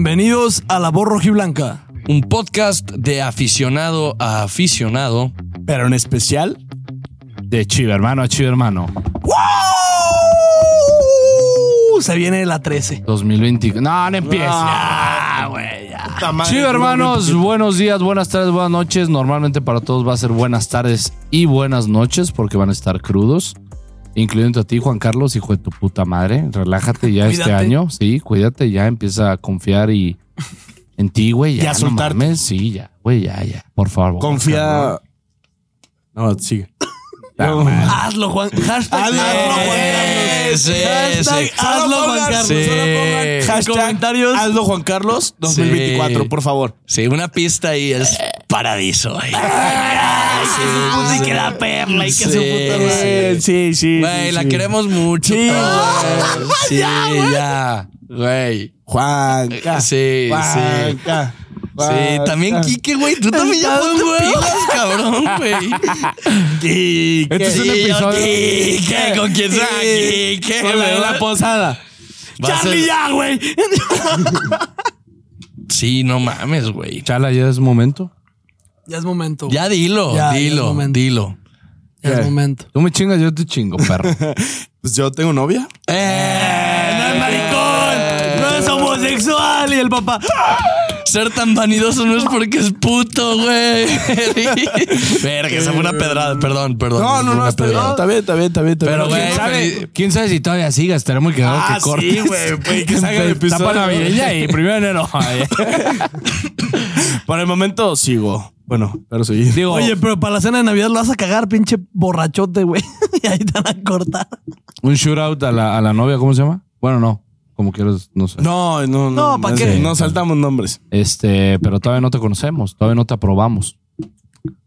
Bienvenidos a La Voz Blanca, Un podcast de aficionado a aficionado. pero en especial. De chivo hermano a chivo hermano. ¡Wow! Se viene la Ah, 13. 2020. No, no Ah, empieza. Chivo hermanos, buenos días, buenas tardes, buenas noches. Normalmente para todos va a ser buenas tardes y buenas noches porque van a estar crudos. Incluyendo a ti, Juan Carlos, hijo de tu puta madre. Relájate ya este Cuídate. año. Sí, cuídate ya. Empieza a confiar y en ti, güey. Y a Ya, no soltarte. mames. Sí, ya, güey, ya, ya. Por favor. Confía. No, sigue. Hazlo, Juan. Hashtag Hazlo, Juan Carlos. Sí, Hashtag sí. hazlo, Solo Juan pongan- Carlos. sí. Solo pongan Hashtag comentarios. Hazlo Juan Carlos 2024, Sí. por favor. Sí, una pista y es paradiso. güey. Sí, Y sí. que la perla y que Sí, su puta madre. sí. sí, sí. Güey, la queremos mucho. Sí, todos. Sí, ya. Güey. Eh, Juanca. Sí, sí. Juanca. Ah. Sí, también Quique, güey. Tú también ya ponte pilas, cabrón, güey. Quique. Este es un Sí, yo, episodio- Quique, ¿con quién sea? Quique, güey. posada. Va a ser- ya, güey. Sí, no mames, güey. Chala, ya es momento. Ya es momento. Ya dilo, Ya, ya es dilo, momento. dilo. Ya es momento. Tú me chingas, yo te chingo, perro. Pues yo tengo novia. ¡Eh! No es maricón. No es homosexual. Y el papá. Ser tan vanidoso no es porque es puto, güey. Verga, esa fue una pedrada. Perdón, perdón. No, no, Fue no, una está bien, pedrada. está bien, está bien, está bien. está Pero, bien. güey, ¿Quién feliz- sabe, quién sabe si todavía siga? Estará muy cagado Ah, que cortes. sí, güey, güey, que salga el episodio. Tapa navideña y primero de enero. Por el momento sigo. Bueno, pero sí. Digo, Oye, pero para la cena de Navidad lo vas a cagar, pinche borrachote, güey. y ahí te van a cortar. un shootout a la, a la novia, ¿cómo se llama? Bueno, no. Como quieras, no sé. No, no, no. No, ¿pa' qué? No saltamos nombres. Este, pero todavía no te conocemos, todavía no te aprobamos.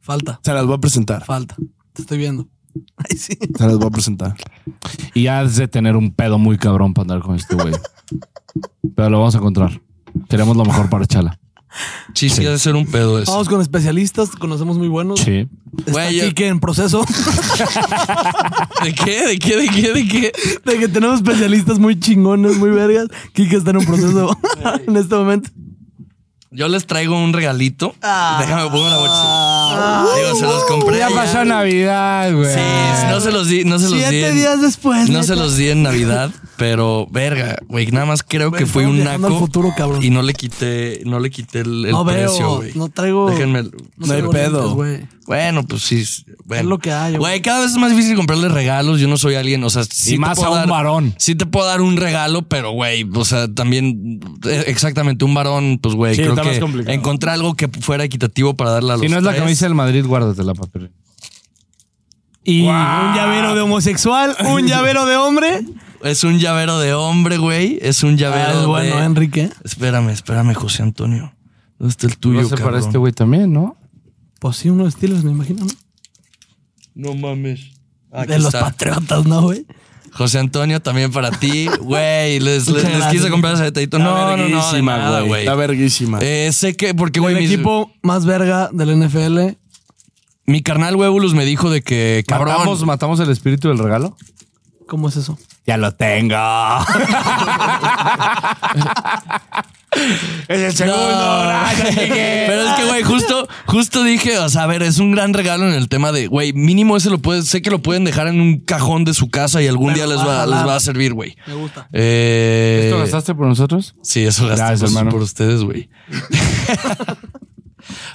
Falta, Se las voy a presentar. falta. Te estoy viendo. Ay, sí. Se las voy a presentar. Y has de tener un pedo muy cabrón para andar con este güey. Pero lo vamos a encontrar. Queremos lo mejor para Chala. Sí, sí, ha de ser un pedo eso. Vamos con especialistas, conocemos muy buenos. Sí. Está Güey, yo- Quique en proceso Oh, ¿De qué? ¿De qué? ¿De qué? ¿De qué? de que tenemos especialistas muy chingones, muy vergas. Quique está en un proceso en este momento. Yo les traigo un regalito. Ah. Déjame pongo la bolsa. Digo, se los compré. Ya ya. pasó Navidad, güey. Sí, no se los di, no se los di. Siete en- días después. No neta. se los di en Navidad, pero verga, güey, nada más creo que Güey, fui estamos un viajando al naco futuro, cabrón. y no le quité, no le quité el, el No veo, precio, güey. no traigo- Déjenme. el- No hay tengo pedo. lentes, güey. Bueno, pues sí. s- Bueno. Es lo que hay, güey. Güey, cada vez es más difícil comprarle regalos. Yo no soy alguien, o sea, sí Y más puedo a un dar- varón. Sí te puedo dar un regalo, pero güey, o sea, también eh, exactamente un varón, pues güey, Sí, creo está más que complicado. encontrar algo que fuera equitativo para darle a los Si no es la tres. camisa del Madrid, guárdatela, papi. Y un llavero de homosexual, un llavero de hombre. Es un llavero de hombre, güey. Es un llavero Ah, es bueno, de... ¿eh, Enrique. Espérame, espérame, José Antonio. ¿Dónde está el tuyo, No sé para cabrón? este güey también, ¿no? Pues sí, unos estilos, me imagino, ¿no? No mames. Aquí De los está. patriotas, ¿no, güey? José Antonio, también para ti. Güey, les, les- les gracias. quise comprar ese detallito. No, no, no, de nada, güey. Está verguísima. Eh, sé que, porque, güey, El mis- equipo más verga del NFL. mi carnal Huevulus me dijo de que, cabrón, ¿Matamos, matamos el espíritu del regalo? ¿Cómo es eso? Ya lo tengo. es el segundo. Pero es que, güey, justo, justo dije, o sea, a ver, es un gran regalo en el tema de, güey, mínimo ese lo puedes, sé que lo pueden dejar en un cajón de su casa y algún día les va, les va a servir, güey. Me gusta. Eh, ¿Esto gastaste por nosotros? Sí, eso gasté Gracias, por, hermano. por ustedes, güey.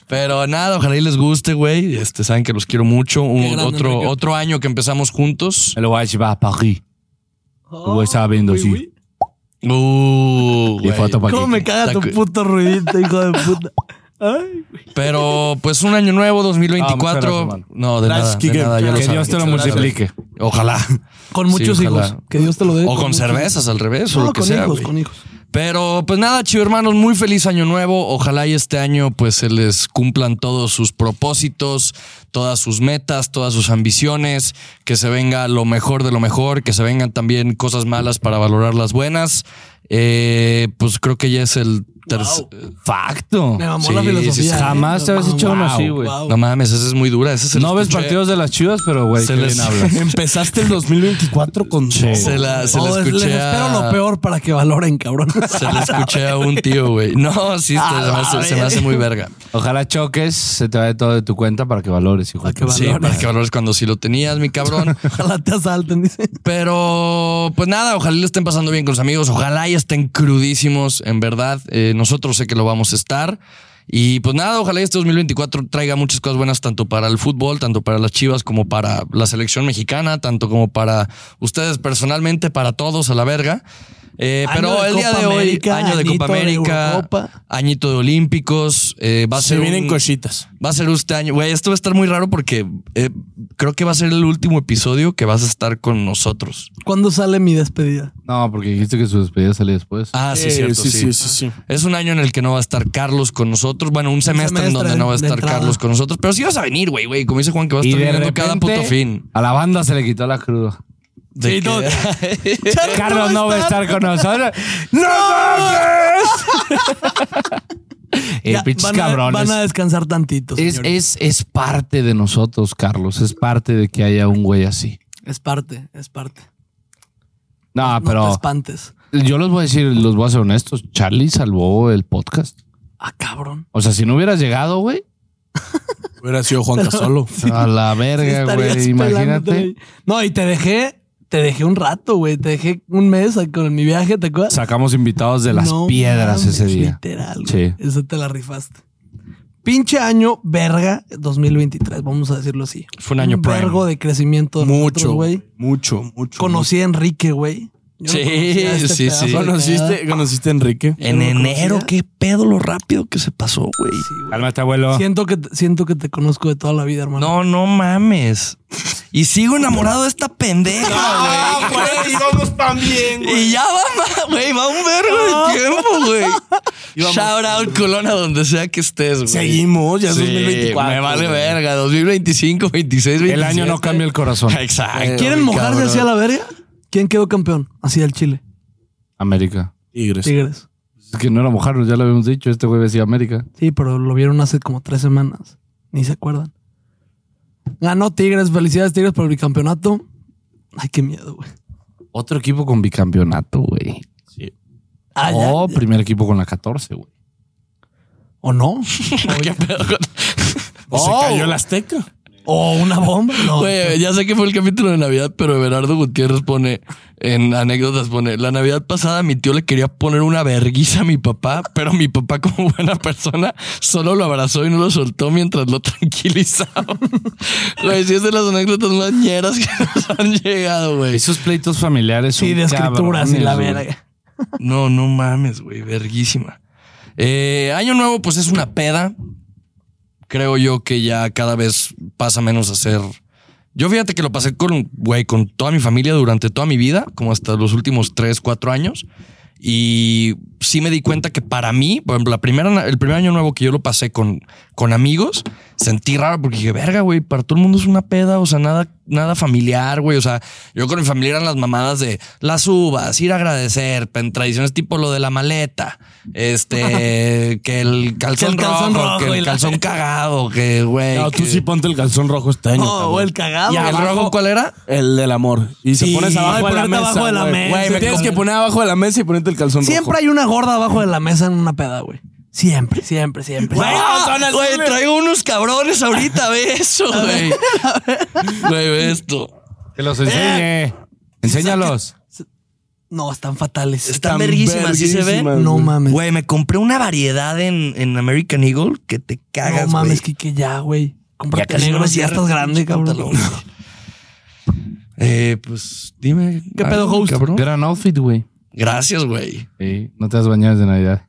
Pero nada, ojalá y les guste, güey. Este, saben que los quiero mucho. Un- grande, otro, Enrique. otro año que empezamos juntos. El guay va a París. El güey estaba viendo Uy, así. uy. Uh, Y güey. foto para ¿Cómo me caga tu Taco- puto ruidito, hijo de puta? Ay, güey. Pero pues un año nuevo, 2024. Ah, muchas gracias, hermano. no, de Gracias, nada. Quique. de nada ya lo Que saben. Dios te lo Muchas gracias. multiplique. Ojalá. Con Sí, muchos ojalá. hijos. Que Dios te lo dé. O con muchos cervezas al revés hijos. o No, lo que con sea. hijos, güey. con hijos. Pero pues nada, chido hermanos, muy feliz año nuevo. Ojalá y este año pues se les cumplan todos sus propósitos, todas sus metas, todas sus ambiciones, que se venga lo mejor de lo mejor, que se vengan también cosas malas para valorar las buenas. Eh, pues creo que ya es el terc- Facto. Me mamó Sí, la sí, sí. filosofía. ¿eh? Jamás te habías echado uno una así, güey. No mames, esa es muy dura. Esa se la No ves escuché- partidos de las chivas, pero güey, Se qué les- bien hablas. Empezaste el 2024 con Sí. todo. Se la, se la No, es- escuché. Oh, les espero a- lo peor para que valoren, cabrón. Se la escuché a un tío, güey. No, sí, Ah, se, me hace, la se me hace muy verga. Ojalá choques, se te vaya todo de tu cuenta para que valores, hijo. Para que Sí, Valores. para que valores cuando sí lo tenías, mi cabrón. Ojalá te asalten, dice. Pero, pues nada, ojalá le estén pasando bien con sus amigos. Ojalá y estén crudísimos, en verdad. Eh, nosotros sé que lo vamos a estar. Y pues nada, ojalá y este 2024 traiga muchas cosas buenas, tanto para el fútbol, tanto para las chivas, como para la selección mexicana, tanto como para ustedes personalmente, para todos a la verga. Eh, Año pero de el día Copa de hoy, América, año de Copa añito de América, Eurocopa. añito de Olímpicos, eh, va a Se ser vienen un- cositas. Va a ser este año. Güey, esto va a estar muy raro porque eh, creo que va a ser el último episodio que vas a estar con nosotros. ¿Cuándo sale mi despedida? No, porque dijiste que su despedida salía después. Ah, sí, Eh, cierto. sí, sí, Sí, sí, sí. Es un año en el que no va a estar Carlos con nosotros. Bueno, un semestre, en semestre donde no va a de estar entrada. Carlos con nosotros. Pero sí vas a venir, güey, güey. Como dice Juan, que vas a y estar de viniendo repente, cada puto fin. a la banda se le quitó la cruda. De que- Carlos no va a estar con nosotros. ¡No! Eh, Ya, pinches van, a, cabrones. van a descansar tantito. es, señores. Es, es, es parte de nosotros, Carlos. Es parte de que haya un güey así. parte, es parte. No No, te Ah, pero espantes. yo los voy a decir, los voy a ser honestos. Charlie salvó el podcast. Ah, cabrón. O sea, si no hubieras llegado, güey, Hubiera sido Juan Casolo. a la Sí verga, estarías güey. pelándotela Imagínate. ahí. No, y te dejé, te dejé un rato, güey. Te dejé un mes con mi viaje, ¿te acuerdas? Sacamos invitados de las No piedras mames, ese día. Literal. Sí. Sí. Eso te la rifaste. Pinche año verga 2023, vamos a decirlo así. Fue un año un prime. vergo de crecimiento. de Mucho, nosotros, güey. mucho, mucho. Conocí a Enrique, güey. Yo no Sí, conocía a este sí, pedazo sí. de ¿Conociste, ¿Conociste a Enrique? en Yo no lo enero, conocía. qué pedo lo rápido que se pasó, güey. Sí, güey. Cálmate, abuelo. Siento que, te- siento que te conozco de toda la vida, hermano. No, no mames. Y sigo enamorado de esta pendeja, güey. Ah, somos también, Y ya va, ma- güey, va un Ah. vergo de tiempo, güey. Shout out Colona, donde sea que estés, güey. Seguimos, ya es Sí, 2024. Me vale güey. verga, 2025, 26, 27. El año no cambia el corazón. Exacto. ¿Quieren mi mojarse cabrón. así a la verga? ¿Quién quedó campeón? Así del Chile. América. Tigres. Tigres. Es que no era mojarnos, ya lo habíamos dicho. Este güey decía América. Sí, pero lo vieron hace como tres semanas. Ni se acuerdan. Ganó Tigres. Felicidades, Tigres, por el bicampeonato. Ay, qué miedo, güey. Otro equipo con bicampeonato, güey. Ah, ya, o ya. primer equipo con la 14, güey. ¿O no? ¿Qué pedo con- O Oh. Pues se cayó el Azteca. ¿O una bomba? No. Güey, ya sé que fue el capítulo de Navidad, pero Berardo Gutiérrez pone en anécdotas pone, la Navidad pasada mi tío le quería poner una verguiza a mi papá, pero mi papá como buena persona solo lo abrazó y no lo soltó mientras lo tranquilizaba. Güey, sí es de las anécdotas más ñeras que nos han llegado, güey. Esos pleitos familiares son Sí, de escrituras y la cabrones, güey. verga. No, no mames, güey, verguísima. Eh, año nuevo, pues es una peda. Creo yo que ya cada vez pasa menos a ser. Yo fíjate que lo pasé con, güey, con toda mi familia durante toda mi vida, como hasta los últimos tres, cuatro años. Y sí me di cuenta que para mí, por ejemplo, la primera, na- el primer año nuevo que yo lo pasé con, con amigos, sentí raro porque dije, verga, güey, para todo el mundo es una peda, o sea, nada, nada familiar, güey. O sea, yo con mi familia eran las mamadas de las uvas, ir a agradecer, en tradiciones tipo lo de la maleta, este, que el calzón, calzón rojo, rojo que y el la- calzón cagado, que, güey. No, tú que- sí ponte el calzón rojo este año. No, o cabrón. Oh, el cagado. ¿Y el Ah, güey. rojo cuál era? El del amor. Y si Sí. pones Ay, abajo de la ponerte mesa. abajo de la güey. mesa, Güey, me sí, tienes cabrón. que poner abajo de la mesa y ponerte el calzón Siempre rojo. hay una gorda abajo de la mesa en una peda, güey. Siempre, siempre, siempre. Güey, Ah, son Güey, azules. traigo unos cabrones ahorita, ve eso, güey. Güey, ve esto. Que los Eh. enseñe. Enséñalos. No, están fatales. Están verguísimas, ¿sí se ve? verguísimas, No güey. mames. Güey, me compré una variedad en, en American Eagle que te cagas, no mames, güey. Kike, ya, güey. Ya Cómprate casi no me negros y ya cierra estás grande, el pinche cabrón. pantalón. Eh, pues dime. ¿Qué algo, pedo, host? cabrón. Gran outfit, güey. Gracias, güey. Sí, no te has bañado desde Navidad.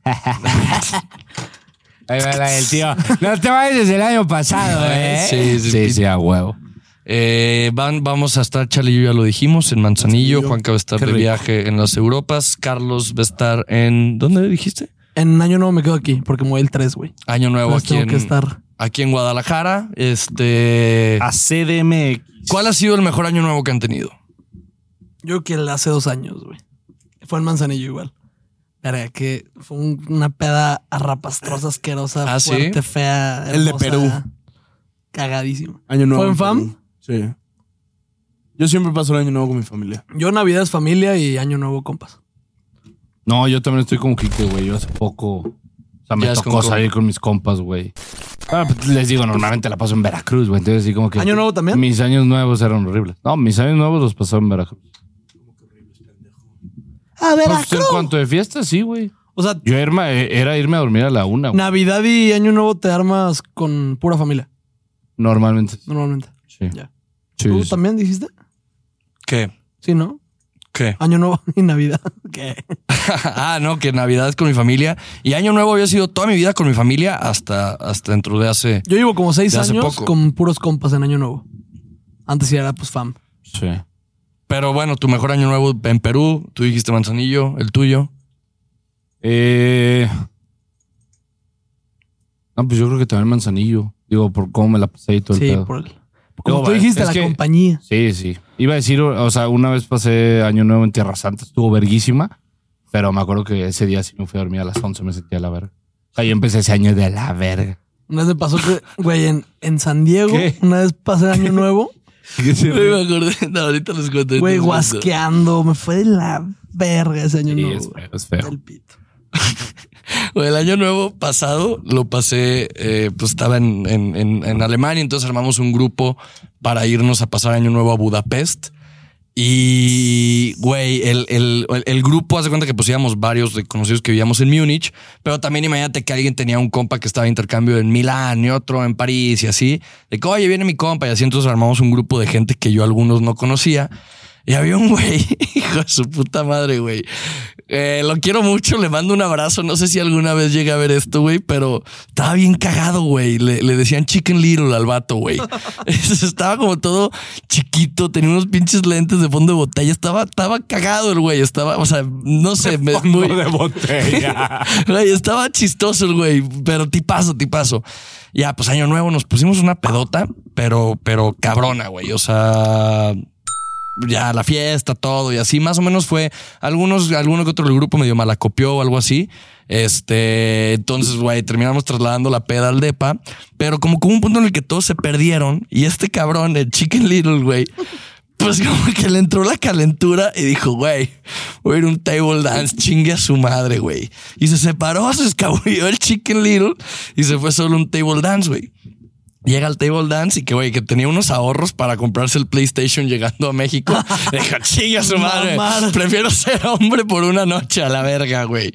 Ahí va la del tío. No te vayas desde el año pasado, ¿eh? Sí, sí, sí, sí. sí, a huevo. Eh, van, vamos a estar, Charlie y yo ya lo dijimos, en Manzanillo. Juanca va a estar Qué de rico. viaje en las Europas. Carlos va a estar en. ¿Dónde dijiste? En año nuevo me quedo aquí porque me voy el 3, güey. Año Ah, Nuevo Entonces aquí Pues tengo en, que estar. aquí en Guadalajara. Este. A CDMX. ¿Cuál ha sido el mejor año nuevo que han tenido? Yo creo que el hace dos años, güey. Fue en Manzanillo igual. Verga, que fue un- una peda arrapastrosa, asquerosa, Ah, ¿sí? fuerte, fea. El de hermosa, Perú. Cagadísimo. Año nuevo. ¿Fue en FAM? Perú. Sí. Yo siempre paso el año nuevo con mi familia. Yo Navidad es familia y Año Nuevo compas. No, yo también estoy como Kike, güey. Yo hace poco. O sea, me Ya es tocó con- salir con mis compas, güey. Ah, pues, les digo, normalmente la paso en Veracruz, güey. Entonces, así como que. ¿Año nuevo también? Mis años nuevos eran horribles. No, mis años nuevos los pasaba en Veracruz. A ver, Pues, en cuanto de fiesta, sí, güey. O sea, Yo irme- era irme a dormir a la una, güey. Navidad y Año Nuevo te armas con pura familia, Normalmente. normalmente. Sí. Ya. Sí, ¿Tú sí. también dijiste? ¿Qué? Sí, ¿no? ¿Qué? Año Nuevo y Navidad. ¿Qué? ah, no, que Navidad es con mi familia. Y Año Nuevo había sido toda mi vida con mi familia hasta, hasta dentro de hace... Yo llevo como seis De hace años poco. con puros compas en Año Nuevo. Antes sí era pues fam. Sí. Pero bueno, tu mejor Año Nuevo en Perú, tú dijiste Manzanillo, el tuyo. Eh... No, pues yo creo que también Manzanillo. Digo, por cómo me la pasé y todo el Sí, pedo. por el- Como No, tú va, dijiste, es la que- compañía. Sí, sí. Iba a decir, o sea, una vez pasé Año Nuevo en Tierra Santa, estuvo verguísima, pero me acuerdo que ese día sí me fui a dormir a las 11, me sentía a la verga. O sea, yo empecé ese año de la verga. Una vez me pasó que, güey, en, en San Diego, ¿Qué? una vez pasé Año Nuevo, me acordé, ahorita les cuento. güey, guasqueando. Me fue de la verga ese Año Sí, Nuevo. es güey. feo, es feo. Del pito. Güey, El año nuevo pasado lo pasé, eh, pues estaba en, en- en- en Alemania, entonces armamos un grupo para irnos a pasar año nuevo a Budapest. Y, güey, el, el- el- el grupo hace cuenta que pues íbamos varios de conocidos que vivíamos en Múnich, pero también imagínate que alguien tenía un compa que estaba de intercambio en Milán y otro en París y así, de que, oye, viene mi compa y así, entonces armamos un grupo de gente que yo algunos no conocía. Y había un güey, hijo de su puta madre, güey. Eh, lo quiero mucho, le mando un abrazo. No sé si alguna vez llega a ver esto, güey, pero estaba bien cagado, güey. Le, le decían Chicken Little al vato, güey. estaba como todo chiquito, tenía unos pinches lentes de fondo de botella. Estaba, estaba cagado el güey. Estaba, o sea, no sé, me- muy, de botella. Güey, estaba chistoso el güey, pero tipazo, tipazo. Ya, pues año nuevo nos pusimos una pedota, pero, pero cabrona, güey. O sea, ya la fiesta, todo y así. Más o menos fue algunos, alguno que otro del grupo medio malacopió o algo así. Este, entonces, güey, terminamos trasladando la peda al depa, pero como que hubo un punto en el que todos se perdieron y este cabrón, el Chicken Little, güey. Pues como que le entró la calentura y dijo, güey, voy a ir a un table dance, chingue a su madre, güey. Y se separó, se escabulló el Chicken Little y se fue solo a un table dance, güey. Llega al table dance y que, güey, que tenía unos ahorros para comprarse el PlayStation llegando a México. Dijo, chingue a su madre. Mamar. Prefiero ser hombre por una noche a la verga, güey.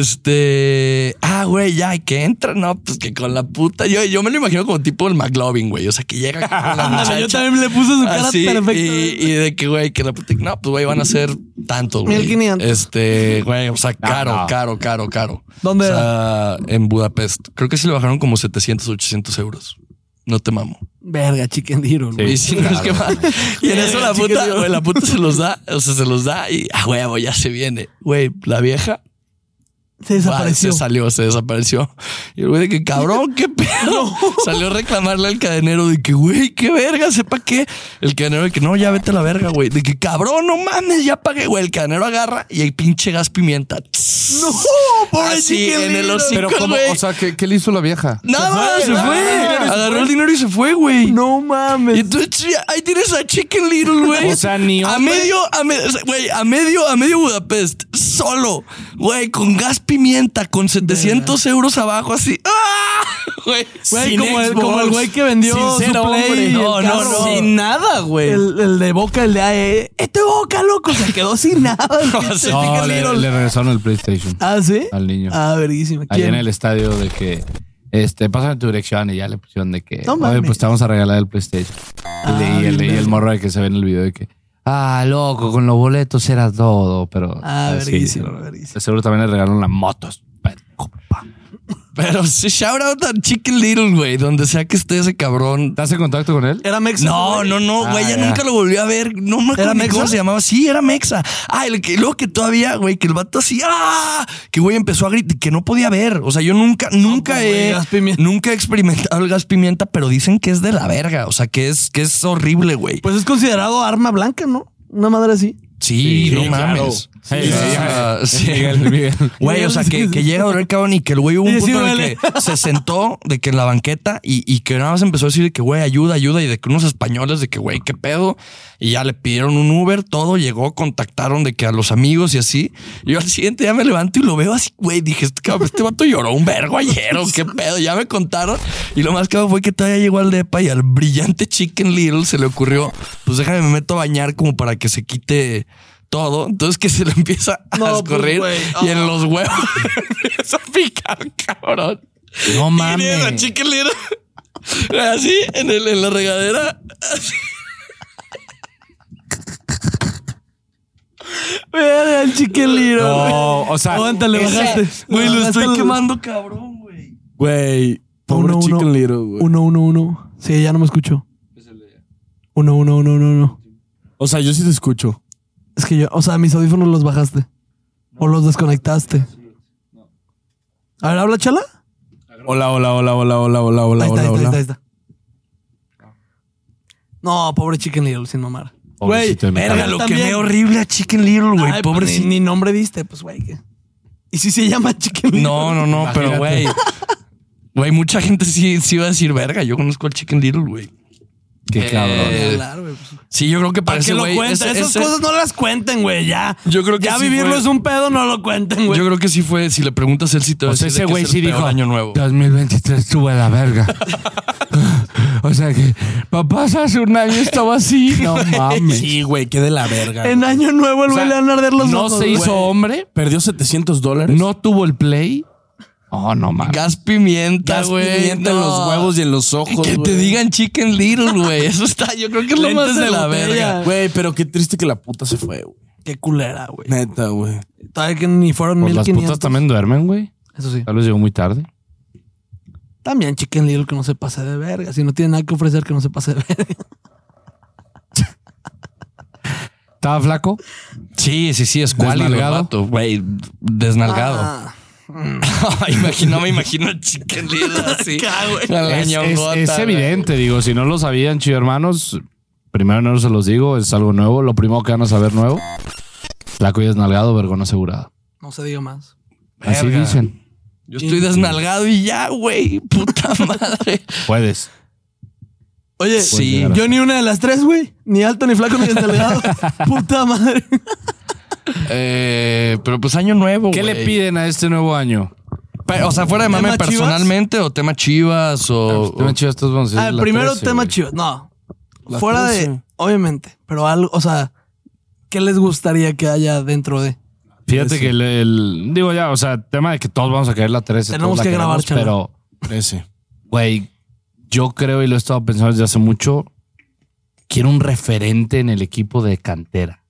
Este. Ah, güey, ya, y que entra, no, pues que con la puta. Yo, yo me lo imagino como tipo el McLovin, güey. O sea, que llega. aquí con Ah, la yo muchacha. también le puse su cara Así, perfecta. Y, y de que, güey, que la puta. No, pues, güey, van a ser tanto, güey. 1500. Este, güey, o sea, caro, no. caro, caro, caro. ¿Dónde O sea, en Budapest. Creo que sí le bajaron como 700, 800 euros. No te mamo. Verga, chicken little, güey. Y sí, no, es que va. Y en eso la puta, güey, la puta se los da, o sea, se los da y a huevo, ya se viene. Güey, la vieja Se desapareció. se salió, se desapareció. Y el güey de que cabrón, qué pedo. Salió a reclamarle al cadenero de que, güey, qué verga, sepa qué. El cadenero de que no, ya vete a la verga, güey. De que cabrón, no mames, ya pagué, güey. El cadenero agarra y hay pinche gas pimienta. No, pobre Así, chiquilín. en el hocico, Pero, ¿cómo? güey. O sea, ¿qué, qué le hizo la vieja? Nada, se fue. Agarró el dinero y se fue, güey. no mames. Y tú, chi- ahí tienes a Chicken Little, güey. O sea, ni A hombre. medio, a me- o sea, güey, a medio, a medio Budapest, solo, güey, con gas pimienta, con 700 euros abajo, así. ¡Ah! Güey, Güey, sin e- como el, Xbox. como el güey que vendió Sin ser su hombre. play. y No, el no, carro. no. Sin nada, güey. El, el de boca, el de AE. Este boca, loco, se quedó sin nada. el pinche sí. Chicken No, le, Little. le regresaron el PlayStation ¿Ah, sí? al niño. Ah, verguísima. Allí ¿Quién? en el estadio de que, este, pasan tu dirección y ya le pusieron de que, No oye, mames. pues te vamos a regalar el PlayStation. Ah, y el, y el morro de que se ve en el video de que, ah, loco, con los boletos era todo, pero. Ah, así, verguísima, ¿no? verguísima. Seguro también le regalaron las motos. Pero sí, shout out a Chicken Little, güey, donde sea que esté ese cabrón. ¿Estás en contacto con él? Era Mexa. No, güey. no, no, Ah, güey, ya ya. nunca lo volvió a ver. No me acuerdo ¿Era ni cómo Mexa? se llamaba. Sí, era Mexa. Ah, el que luego que todavía, güey, que el vato así, ah, que güey empezó a gritar, que no podía ver. O sea, yo nunca, nunca pues, güey, he, gas pimienta. nunca he experimentado el gas pimienta, pero dicen que es de la verga. O sea, que es, que es horrible, güey. Pues es considerado arma blanca, ¿no? Una madre así. Sí, Sí, no claro. mames. O sea, sí. Güey, o sea, que, que llega a doler, cabrón, y que el güey hubo un Sí, sí punto en el que se sentó de que en la banqueta y, y que nada más empezó a decir de que, güey, ayuda, ayuda, y de que unos españoles de que, güey, qué pedo. Y ya le pidieron un Uber, todo llegó, contactaron de que a los amigos y así. Yo al siguiente ya me levanto y lo veo así, güey, dije, este, cabrón, este vato lloró un vergo ayer, o qué pedo, ya me contaron. Y lo más cabrón fue que todavía llegó al depa y al brillante Chicken Little se le ocurrió, pues déjame, me meto a bañar como para que se quite todo. Entonces que se le empieza a No, pues, escurrir güey. y en los huevos empieza a picar, cabrón. No Y viene la mames. chica little así en, el, en la regadera. así. Verga, el chiqueliro. No, o sea, Aguántale, Ese- bajaste. Güey, lo Bajaste estoy el- quemando, cabrón, güey. Güey, pobre Uno, uno. Chicken Little, güey. Uno, uno, uno. Sí, ya no me escucho. Uno, uno, uno, uno, uno. O sea, yo sí te escucho. Es que yo, o sea, mis audífonos los bajaste. O los desconectaste. A ver, habla, chala. Hola, hola, hola, hola, hola, hola, hola, ahí, está, hola, ahí está, ahí hola. está, ahí está. No, pobre Chicken Little, sin mamar. Pobrecito de mi Verga, cabrón. lo También. quemé horrible a Chicken Little, güey. Ay, Pobre pues, ni, ni nombre diste, pues, güey. ¿qué? ¿Y si se llama Chicken Little? No, no, no, pero güey. Güey, mucha gente sí, sí iba a decir, verga, yo conozco al Chicken Little, güey. Qué cabrón. eh, Claro, güey, pues. Sí, yo creo que ¿Para parece, qué lo güey. cuentan? ese- Esas ese- cosas no las cuenten, güey, ya. Yo creo que Ya sí vivirlo fue- es un pedo, no lo cuenten, güey. Yo creo que sí fue, si le preguntas él si te va a O sea, decir Pues ese de que güey es el sí peor dijo, año nuevo. 2023 estuvo a la verga. o sea que, papá, hace un año estaba así. No mames. Sí, güey, qué de la verga. En Año Nuevo el O sea, güey le van a arder los no ojos. se güey. hizo hombre, Perdió 700 dólares. no tuvo el play. Oh, no mames. Gas pimienta, Gas güey. pimienta en no. los huevos y en los ojos. Que te güey. digan Chicken Little, güey. Eso está, yo creo que es lo Lentes más de de la botella. verga. Güey, pero qué triste que la puta se fue, güey. Qué culera, güey. Neta, güey. Todavía que ni fueron Pues las 1500. putas también duermen, güey. Eso sí. Tal vez llegó muy tarde. También Chicken Little que no se pase de verga. Si no tiene nada que ofrecer, que no se pase de verga. ¿Estaba flaco? Sí, sí, sí, es cuál Desnalgado. vato, güey. Desnalgado. Ah, imagino, me imagino Chicken Little así. A la Es, es- ñongota, es güey. evidente, digo. Si no lo sabían, chido hermanos, primero no se los digo, es algo nuevo. Lo primero que van a saber nuevo, flaco y desnalgado, vergón asegurado. no se diga más. Así Verga. dicen. Yo estoy desnalgado y ya, güey. Puta madre. Puedes. Oye, Sí. yo ni una de las tres, güey. Ni alto, ni flaco, ni desnalgado. Puta madre. Eh, pero pues año nuevo, ¿Qué le güey. piden a este nuevo año? Pe- O sea, fuera de mame ¿Tema Chivas? personalmente o tema chivas o... Ah, pues, Tema chido, estos vamos a decir Oh, Ah, la primero 13, tema güey. chido. No. La Fuera 13. de. Obviamente. Pero algo. O sea, ¿qué les gustaría que haya dentro de? Fíjate que el, el- Digo ya, o sea, tema de que todos vamos a caer la 13. Tenemos todos la que grabar, queremos, Pero, Ese. güey, yo creo y lo he estado pensando desde hace mucho. Quiero un referente en el equipo de cantera.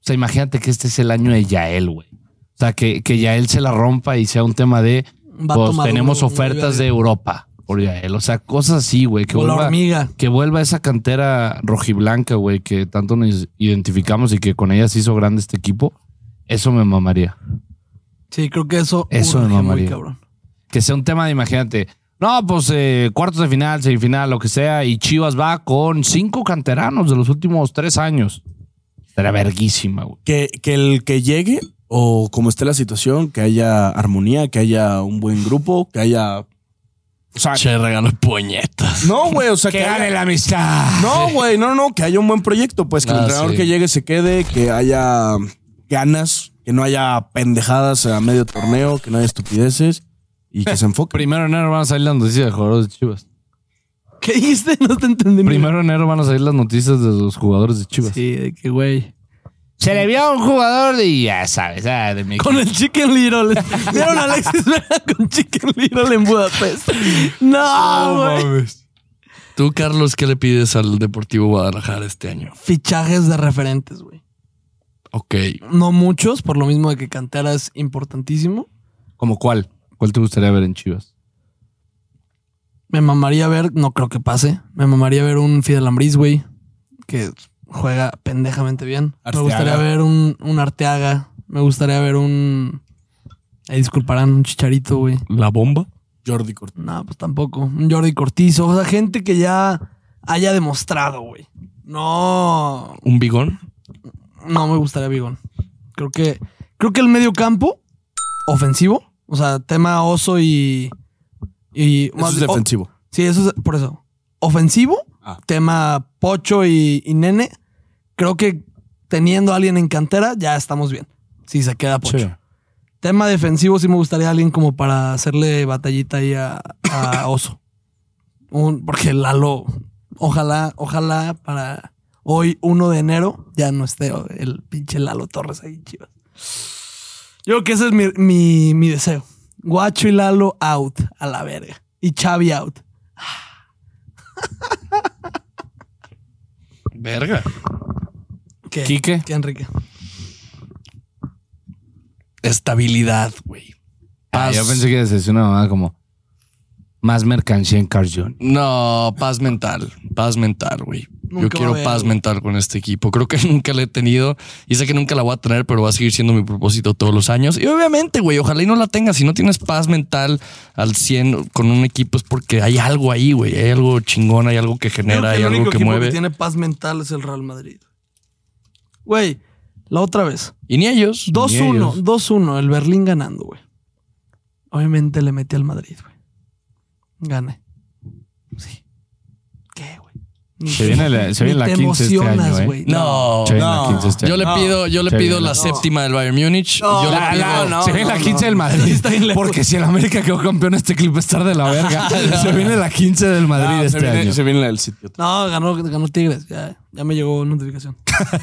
O sea, imagínate que este es el año de Yael, güey. O sea, que, que Yael se la rompa y sea un tema de. Un vato Pues maduro, tenemos un güey ofertas de verde. Europa por Yael. O sea, cosas así, güey. Que O la vuelva- hormiga. que vuelva esa cantera rojiblanca, güey, que tanto nos identificamos y que con ella se hizo grande este equipo, eso me mamaría. Sí, creo que eso. Eso urge me mamaría. muy cabrón. Que sea un tema de, imagínate, no, pues eh, cuartos de final, semifinal, lo que sea, y Chivas va con cinco canteranos de los últimos tres años. Será verguísima, güey. Que, que el que llegue o como esté la situación, que haya armonía, que haya un buen grupo, que haya. O sea, Che, regalo puñetas. no, güey, o sea, que, haya- la amistad! No, güey, no, no, que haya un buen proyecto, pues que Ah, el entrenador sí. que llegue se quede, que haya ganas, que no haya pendejadas a medio torneo, que no haya estupideces y que se enfoque. Primero de enero van a salir las noticias de jugadores de Chivas. ¿Qué dijiste? No te entendí. ni- Primero de enero van a salir las noticias de los jugadores de Chivas. Sí, de que, güey. Se le vio a un jugador y ya sabes, ah, de mi Con el Chicken Little. Vieron a Alexis Vega con Chicken Little en Budapest. Oh, No, Ah, güey. Tú, Carlos, ¿qué le pides al Deportivo Guadalajara este año? Fichajes de referentes, güey. Ok. No muchos, por lo mismo de que Cantera es importantísimo. ¿Como cuál? ¿Cuál te gustaría ver en Chivas? Me mamaría ver, no creo que pase. Me mamaría ver un Fidel Ambriz, güey, que juega pendejamente bien. Arteaga. Me gustaría ver un, un Arteaga. Me gustaría ver un. Eh, disculparán, un Chicharito, güey. ¿La bomba? Jordi Cortés. No, pues tampoco. Un Jordi Cortizo. O sea, gente que ya haya demostrado, güey. No. ¿Un bigón? No me gustaría Bigón. Creo que, creo que el medio campo, ofensivo. O sea, tema oso y. y Eso es bien- o- defensivo. sí, eso es por eso. Ofensivo, Ah. tema pocho y, y nene. Creo que teniendo a alguien en cantera, ya estamos bien. Si se queda pocho. Tema defensivo, sí me gustaría alguien como para hacerle batallita ahí a, a Oso. Un- porque Lalo, ojalá, ojalá para hoy, 1 de enero, ya no esté el pinche Lalo Torres ahí, chivas. Yo creo que ese es mi, mi- mi deseo. Guacho y Lalo out, a la verga. Y Xavi out. Verga. ¿Qué? ¿Quique? ¿Qué, Enrique? Estabilidad, güey. Ah, Paz. yo pensé que decía una mamada como más mercancía en Carl Jr. No, paz mental. Paz mental, güey. Nunca Yo va a quiero haber, paz güey. mental con este equipo. Creo que nunca la he tenido y sé que nunca la voy a tener, pero va a seguir siendo mi propósito todos los años. Y obviamente, güey, ojalá y no la tengas. Si no tienes paz mental al 100 con un equipo es porque hay algo ahí, güey. Hay algo chingón, hay algo que Creo genera, que hay el algo único que equipo mueve. que tiene paz mental es el Real Madrid. Güey, la otra vez. Y ni ellos. 2-1, 2-1, el Berlín ganando, güey. Obviamente le metí al Madrid, güey. Gané. Sí. ¿Qué, güey? Ni Se te- viene la- se ni viene la te 15 este emocionas, año, ¿eh? güey. No. Se viene no. la 15 este Yo le año. pido, yo le Se pido viene la la- séptima del Bayern Múnich. No. yo le La- pido. la- no, se viene no, la no, 15 del no. Madrid. Está bien lejos. Porque si el América quedó campeón, este clip está de la verga. se viene la 15 del Madrid Ah, este se, viene, año. se viene la del sitio. No, ganó, ganó Tigres. Ya, ya me llegó notificación.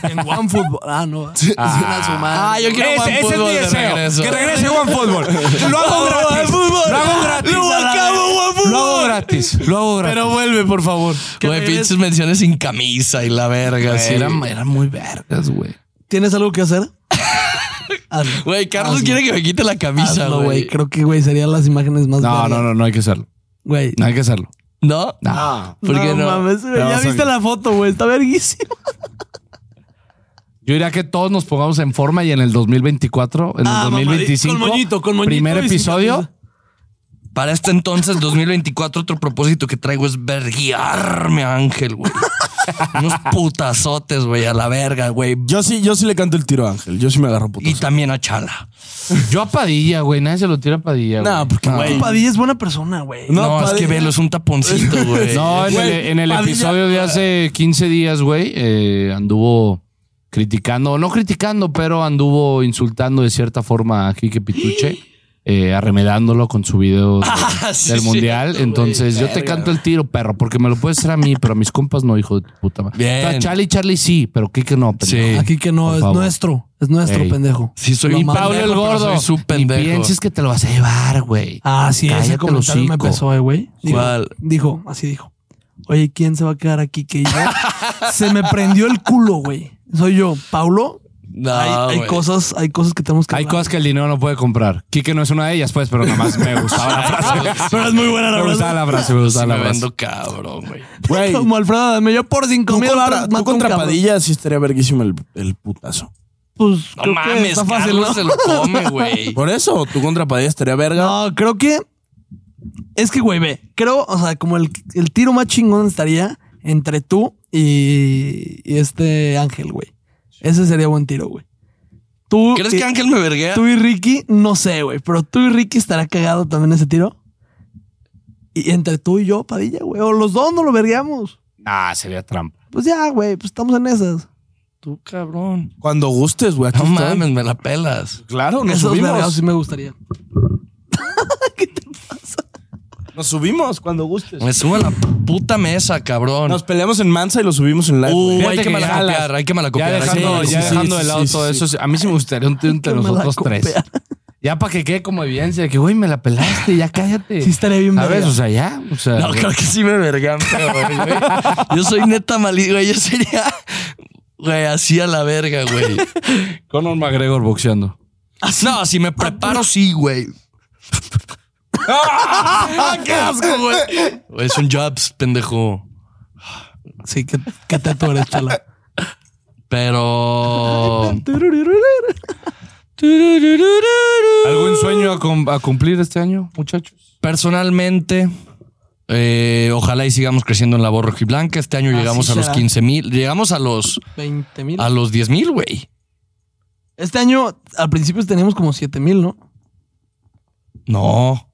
en One Football. Ah, no. Ah, Ah, yo quiero Ese- Juan ese es Fútbol mi de deseo, regreso. que regrese Juan Fútbol. Lo hago gratis. Lo hago gratis. Lo a la acabo, verga. Juan Fútbol. Lo hago gratis. Lo hago gratis. Pero vuelve, por favor. Que Güey, regreses. pinches menciones sin camisa y la verga. sí. muy vergas, Pues, güey. ¿Tienes algo que hacer? Hazlo. Güey, Carlos Hazlo. quiere que me quite la camisa, Hazlo, güey. güey. Creo que, güey, serían las imágenes más No, vergas. no, no, no hay que hacerlo. Güey. No hay que hacerlo. ¿No? Ah. No. ¿Por qué no? mames, güey, No, ya son- viste la foto, güey. Está verguísima. Yo diría que todos nos pongamos en forma y en el 2024, en Ah, el 2025, mamadí- con moñito, con moñito primer y sin episodio, camisa. Para este entonces, 2024, otro propósito que traigo es verguiarme a Ángel, güey. Unos putazotes, güey, a la verga, güey. Yo sí, yo sí le canto el tiro a Ángel. Yo sí me agarro puto. Y también a Chala. yo a Padilla, güey, nadie se lo tira a Padilla. güey. No, porque, güey. Padilla es buena persona, güey. No, No, es que Padilla. velo, es un taponcito, Eh, güey. No, en el, Güey, en el Padilla- episodio de hace 15 días, güey, eh, anduvo criticando, no criticando, pero anduvo insultando de cierta forma a Quique Pituche, eh, arremedándolo con su video de- Ah, sí, del sí. Mundial. Entonces, yo te canto el tiro, perro, porque me lo puedes hacer a mí, pero a mis compas no, hijo de tu puta madre. Bien. O sea, Charlie, Charlie sí, pero Quique no, pendejo. Sí. Aquí que no, Por es favor. nuestro. Es nuestro, Ey. pendejo. Sí, soy Lo un amamos. Pablo el Pendejo, pero gordo. soy su Ni pendejo. Y pienses que te lo vas a llevar, güey. Ah, sí, Cállate ese el comentario me hocico. pesó, eh, güey. Dijo, ¿Cuál? dijo, así dijo. Oye, ¿quién se va a quedar aquí que yo? se me prendió el culo, güey. Soy yo, Paulo. No, hay, hay Ah, güey. cosas, hay cosas que tenemos que Hay hablar. cosas que el dinero no puede comprar. Quique no es una de ellas, pues, pero nada más me gustaba la frase. Pero es muy buena la Me gustaba verdad. la frase, me Sí gustaba me Pues, la frase. vendo cabrón, güey. Güey, Como Alfredo, dame yo por cinco tú mil contra, baros tú mato a un contra cabrón. Padilla sí estaría verguísimo el, el putazo. Pues, No creo que mames, está fácil, Carlos ¿no? se lo come, güey. Por eso, tú contra Padilla estaría verga. No, creo que. Es que, güey, ve. Creo, o sea, como el, el tiro más chingón estaría entre tú y, y este Ángel, güey. Ese sería buen tiro, güey. Tú, ¿Crees y- que Ángel me verguea? tú y Ricky, no sé, güey. Pero tú y Ricky estará cagado también ese tiro. Y entre tú y yo, Padilla, güey. O los dos no lo vergueamos. Ah, sería trampa. Pues ya, güey, pues estamos en esas. Tú, cabrón. Cuando gustes, güey. Aquí No estoy. mames, me la pelas. Claro, nos Esos vergados subimos. sí me gustaría. Nos subimos cuando gustes. Me subo a la puta mesa, cabrón. Nos peleamos en Mansa y lo subimos en live. Uh, güey. Fíjate hay que que malacopiar, jalas. hay que Ya malacopiar. hay que dejando, malacopiar. ya sí, dejando de sí, lado sí, todo sí. eso, sí, a mí sí me gustaría un tiro entre Que me la nosotros tres. copiaran. Ya para que quede como evidencia de que, güey, me la pelaste, ya cállate. Sí, estaría bien, ¿Sabes? verga. O sea, ya. O sea, No, creo que sí me verguean, pero, güey. Yo soy neta malí, güey. Yo sería, güey, así a la verga, güey. Conor McGregor boxeando. No, si me preparo, sí, güey. ¡Ah, ¡Qué asco, güey! Güey, Es un jobs, pendejo. Sí, que, que te tú eres, chala. Pero. ¿Algún sueño a, cum- a cumplir este año, muchachos? Personalmente, eh, ojalá y sigamos creciendo en la voz rojiblanca. Este año Así llegamos a los será. 15 mil, llegamos a los, 20 mil. a los 10 mil, güey. Este año, al principio teníamos como 7 mil, ¿no? No.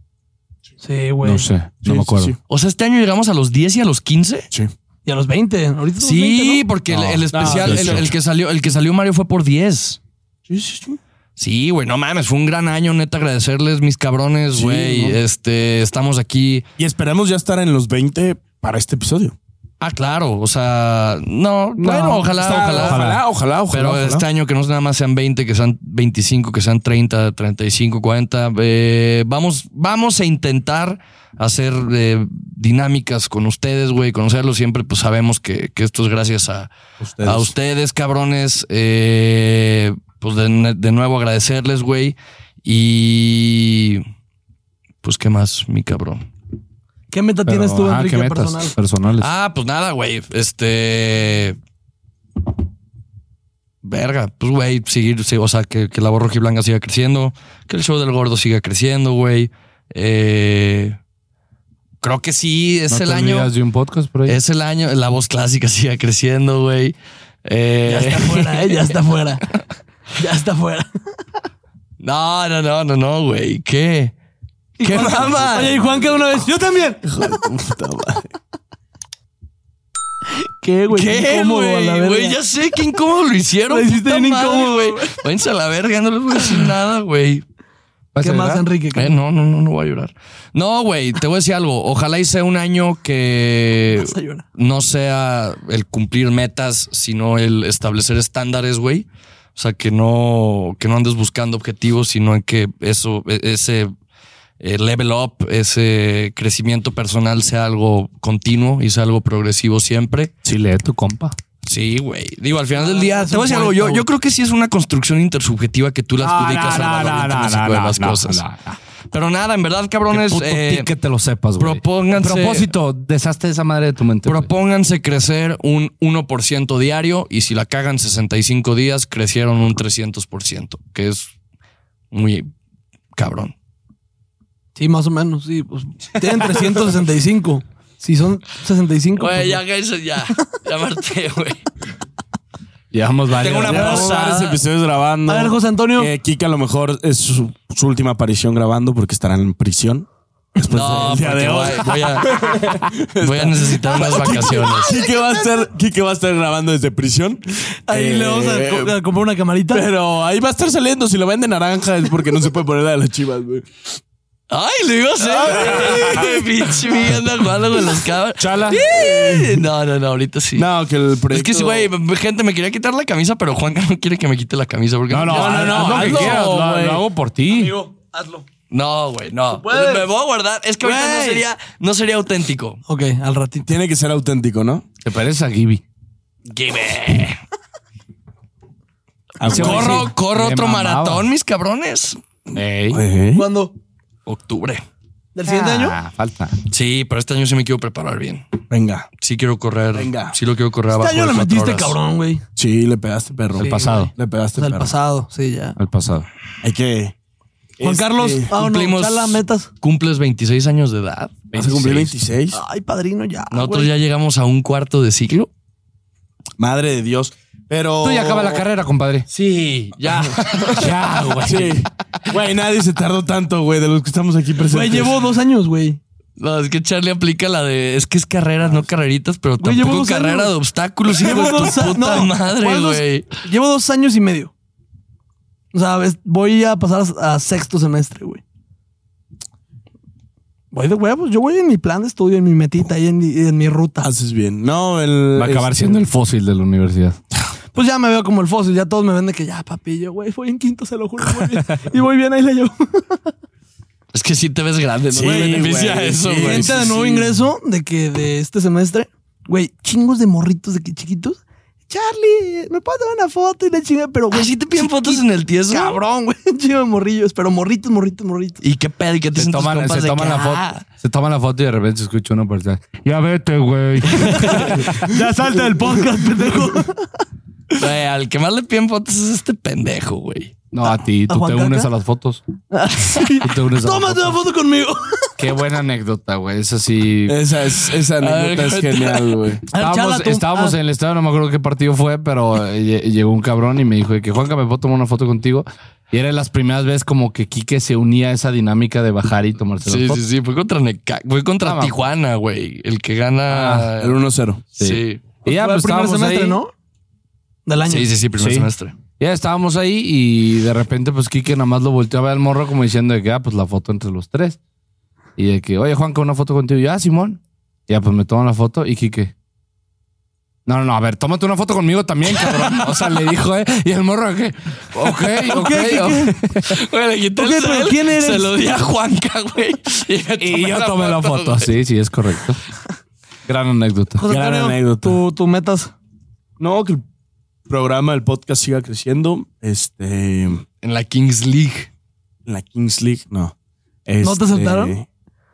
Sí, güey. No sé, Sí, no me acuerdo. sí, sí. O sea, este año llegamos a los 10 y a los 15. Sí. Y a los 20. Ahorita somos Sí, 20, ¿no? porque el, No, el especial, no, el, el 18. que salió, el que salió Mario fue por 10. Sí, sí, sí. Sí, güey, no mames, fue un gran año, neta, agradecerles, mis cabrones, Sí, güey. ¿no? Este, estamos aquí. Y esperamos ya estar en los 20 para este episodio. Ah, claro, o sea, no, bueno, ojalá, Está- ojalá, ojalá, ojalá, ojalá, Pero ojalá. este año que no nada más sean 20, que sean 25, que sean 30, 35, 40. eh, vamos, vamos a intentar hacer eh, dinámicas con ustedes, güey, conocerlos siempre, pues sabemos que, que esto es gracias a, Ustedes. a ustedes, cabrones. eh, pues de, de nuevo agradecerles, güey. Y pues, ¿qué más, mi cabrón? ¿Qué meta tienes tú, ah, Enrique, ¿qué metas? personal? Personales. Ah, pues nada, güey. Este. Verga, pues güey, seguir, sí, o sea, que, que la voz blanca siga creciendo, que el show del gordo siga creciendo, güey. Eh, creo que sí, es ¿No el te año. olvidas de un podcast por ahí? Es el año, la voz clásica siga creciendo, güey. Eh, Ya está fuera, ¿eh? Ya está fuera. Ya está fuera. no, no, no, no, no, güey. ¿Qué? Y ¿Qué Juanca- mamá? Oye, y Juanca una vez. Yo también. ¿Qué, güey? ¿Qué, incómodo, a güey? la verga. Güey, ya sé qué incómodo lo hicieron. Lo hiciste puta bien madre, incómodo, güey. Váyanse a la verga, no les voy a decir nada, güey. ¿Vas ¿Qué a más, llorar? Enrique? Eh, no, no, no, no voy a llorar. No, güey, te voy a decir algo. Ojalá y sea un año que Vas a llorar. no sea el cumplir metas, sino el establecer estándares, güey. O sea, que no, que no andes buscando objetivos, sino en que eso, e- ese eh, level up, ese crecimiento personal sea algo continuo y sea algo progresivo siempre. Chile, tu compa. Sí, güey. Digo, al final del Ah, día, es te voy a un decir algo. buen Yo, punto. yo creo que sí es una construcción intersubjetiva que tú le Ah, adjudicas al valor intrínseco de las cosas. Pero nada, en verdad, cabrones, eh, que te lo sepas, güey. propónganse- Propósito, deshazte esa madre de tu mente. güey. propónganse crecer un 1% diario y si la cagan 65 días, crecieron un 300%, que es muy cabrón. Sí, más o menos, sí. Pues, tienen 365. Si son 65. pues, Güey, ya, ya, ya, Marte, güey. Llevamos varios. Tengo una ya. pausa. Llevamos varios episodios grabando. A ver, José Antonio. Eh, Kike a lo mejor es su, su última aparición grabando porque estará en prisión. Después No, del día porque de hoy. voy, voy a, voy a necesitar unas vacaciones. Kike va a estar, Kike va a estar grabando desde prisión. Ahí Eh, le vamos a, co- a comprar una camarita. Pero ahí va a estar saliendo. Si lo ven de naranja es porque no se puede poner la de las chivas, güey. Ay, lo iba a hacer. Pinche Miguel anda jugando con los cabros. Chala. Sí. No, no, no, ahorita sí. No, que el es proyecto... que sí, güey, gente me quería quitar la camisa, pero Juanca no quiere que me quite la camisa porque No, no, no, no, haz lo que quieras, lo, güey. lo hago por ti. hazlo. No, güey, no. puedes. Me voy a guardar. Es que ahorita no Güey. sería, no sería auténtico. Ok, al ratito. Tiene que ser auténtico, ¿no? Te parece a Gibby. Give. Sí, güey, Corro, sí. corro Me otro mamaba. maratón, mis cabrones. Ey. Eh. ¿Cuándo? Octubre. ¿Del siguiente año? Ah, falta. Sí, pero este año sí me quiero preparar bien. Venga. Sí quiero correr. Venga. Sí lo quiero correr Este abajo año de le cuatro metiste, horas. cabrón, güey. Sí, le pegaste, perro. El Sí, pasado. Le pegaste, O sea, el perro. pasado, sí, ya. El pasado. Hay que... Juan Este, Carlos, ah, oh, no, cumplimos- chala, metas. Cumples 26 años de edad. ¿Vas a cumplir 26? Ay, padrino, ya. Nosotros Ah, güey. ya llegamos a un cuarto de siglo. Madre de Dios. Pero... Tú ya acaba la carrera, compadre. Sí, ya. Ya, güey. Sí. Güey, nadie se tardó tanto, güey, de los que estamos aquí presentes. Güey, llevo dos años, güey. No, es que Charlie aplica la de. Es que es carreras, no carreritas, pero Güey, llevo tampoco dos años. carrera de obstáculos. Hijo Llevo de tu dos a- puta no, madre, ¿cuál dos? güey. Llevo dos años y medio. O sea, ves, voy a pasar a, a sexto semestre, güey. Voy de huevos. Yo voy en mi plan de estudio, en mi metita y en, mi- en mi ruta. Haces bien. No, el... Va a acabar este, siendo el fósil de la universidad. Pues ya me veo como el fósil. Ya todos me ven de que ya, papillo, güey. Voy en quinto, se lo juro. voy bien. y voy bien, ahí le llevo. Es que sí te ves grande, no Sí, me beneficia güey, eso, sí. güey. Gente de nuevo sí. ingreso de que de este semestre, güey, chingos de morritos de que chiquitos. Charlie, me puedo tomar una foto y la chinga, pero güey. Así te piden fotos en el tieso. Cabrón, güey. Chingo de morrillos, pero morritos, morritos, morritos. ¿Y qué pedo? ¿Y qué te Se dicen tus toman, compas se de toman que, la ah, foto. Se toman la foto y de repente se escucha uno por atrás. Ya vete, güey. Ya salta del podcast, pendejo. Güey, al que más le piden fotos es este pendejo, güey. No, a ti. ¿A Tú Juan te Caca? unes Pues, a las fotos. Tú te unes a las Tómate fotos. una foto conmigo. Qué buena anécdota, güey. Esa sí. Esa, es, esa anécdota es genial, güey. A ver, Estábamos, chala tú. estábamos Ah. en el estadio, no me acuerdo qué partido fue, pero eh, lle- llegó un cabrón y me dijo de que Juanca, ¿me puedo tomar una foto contigo? Y era de las primeras veces como que Quique se unía a esa dinámica de bajar y tomarse Sí, la sí, foto. sí. Fue contra Neca- Fue contra Ah, va. Tijuana, güey. El que gana. El 1-0. sí. sí. Ah, Sí. Y ya Fue pues, el primer estábamos semestre, ahí. ¿no? Del año. sí, sí, primer Sí. semestre. Ya estábamos ahí y de repente, pues Quique nada más lo volteó a ver al morro como diciendo de que, ah, pues la foto entre los tres. Y de que, oye, Juanca, una foto contigo. Y yo, ah, Simón. Y ya, pues me toman la foto y Quique. No, no, no, a ver, tómate una foto conmigo también, cabrón. O sea, le dijo, ¿eh? Y el morro, ¿qué? Ok, ok, ok. Güey, le quité Ok, el pero cel, ¿quién eres? Se lo di a Juanca, güey. Y, me Y yo la tomé la foto. güey. Sí, sí, es correcto. Gran anécdota. José Gran Antonio, anécdota. tu, tu metas. No, que el programa, el podcast siga creciendo. Este. En En la Kings League. la Kings League, no. ¿No te Este, aceptaron?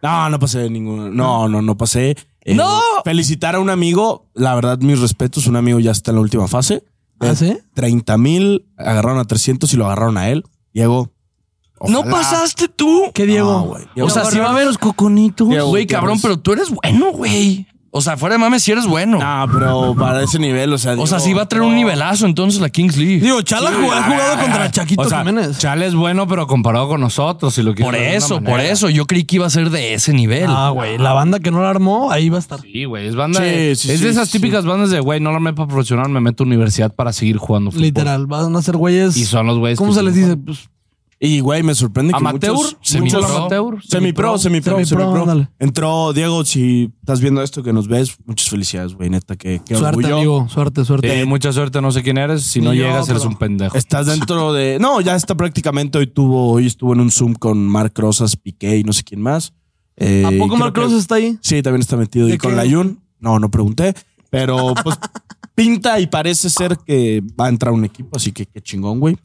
No, no pasé ninguno. No, no, no pasé. Eh, ¡No! Felicitar a un amigo. La verdad, mis respetos. Un amigo ya está en la última fase. ¿Ah, sí? 30 mil. Agarraron a 300 y lo agarraron a él. Diego. ¿No pasaste tú? ¿Qué, Diego? güey. o sea, Diego si va a haber... los coconitos. Güey, cabrón, pero tú eres bueno, güey. O sea, fuera de mames, si eres bueno. Ah, pero para ese nivel, o sea. o sea, Diego- sí va a traer un nivelazo entonces la Kings League. Digo, Chala jugó- ha jugado contra Chaquito O sea, Jiménez. Chale es bueno, pero comparado con nosotros. Si lo quieres por ver de una eso, por manera. eso. Yo creí que iba a ser de ese nivel. Ah, güey, la banda que no la armó, ahí va a estar. Sí, güey, es banda. Sí, de- sí, es de sí, esas sí. típicas bandas de, güey, no la meto profesional, me meto a universidad para seguir jugando fútbol. Literal, van a ser güeyes. Y son los güeyes. ¿Cómo que se les son- dice? Pues, Y, güey, me sorprende que Amateur, muchos... semipro. muchos- Amateur, Semipro, semipro, semipro, semipro. ándale. Entró Diego, si estás viendo esto que nos ves, muchas felicidades, güey, neta, que, que suerte, orgullo. Eh, amigo. Suerte, Sí, suerte. mucha suerte, no sé quién eres. Si Ni no yo, llegas, eres pero- un pendejo. Estás dentro de... No, ya está prácticamente, hoy tuvo, hoy estuvo en un Zoom con Marc Rosas, Piqué y no sé quién más. Eh, ¿A poco creo Mark Cross que- está ahí? Sí, también está metido. ¿De ¿Y con qué? la Jun? No, no pregunté, pero pues pinta y parece ser que va a entrar un equipo, así que qué chingón, güey.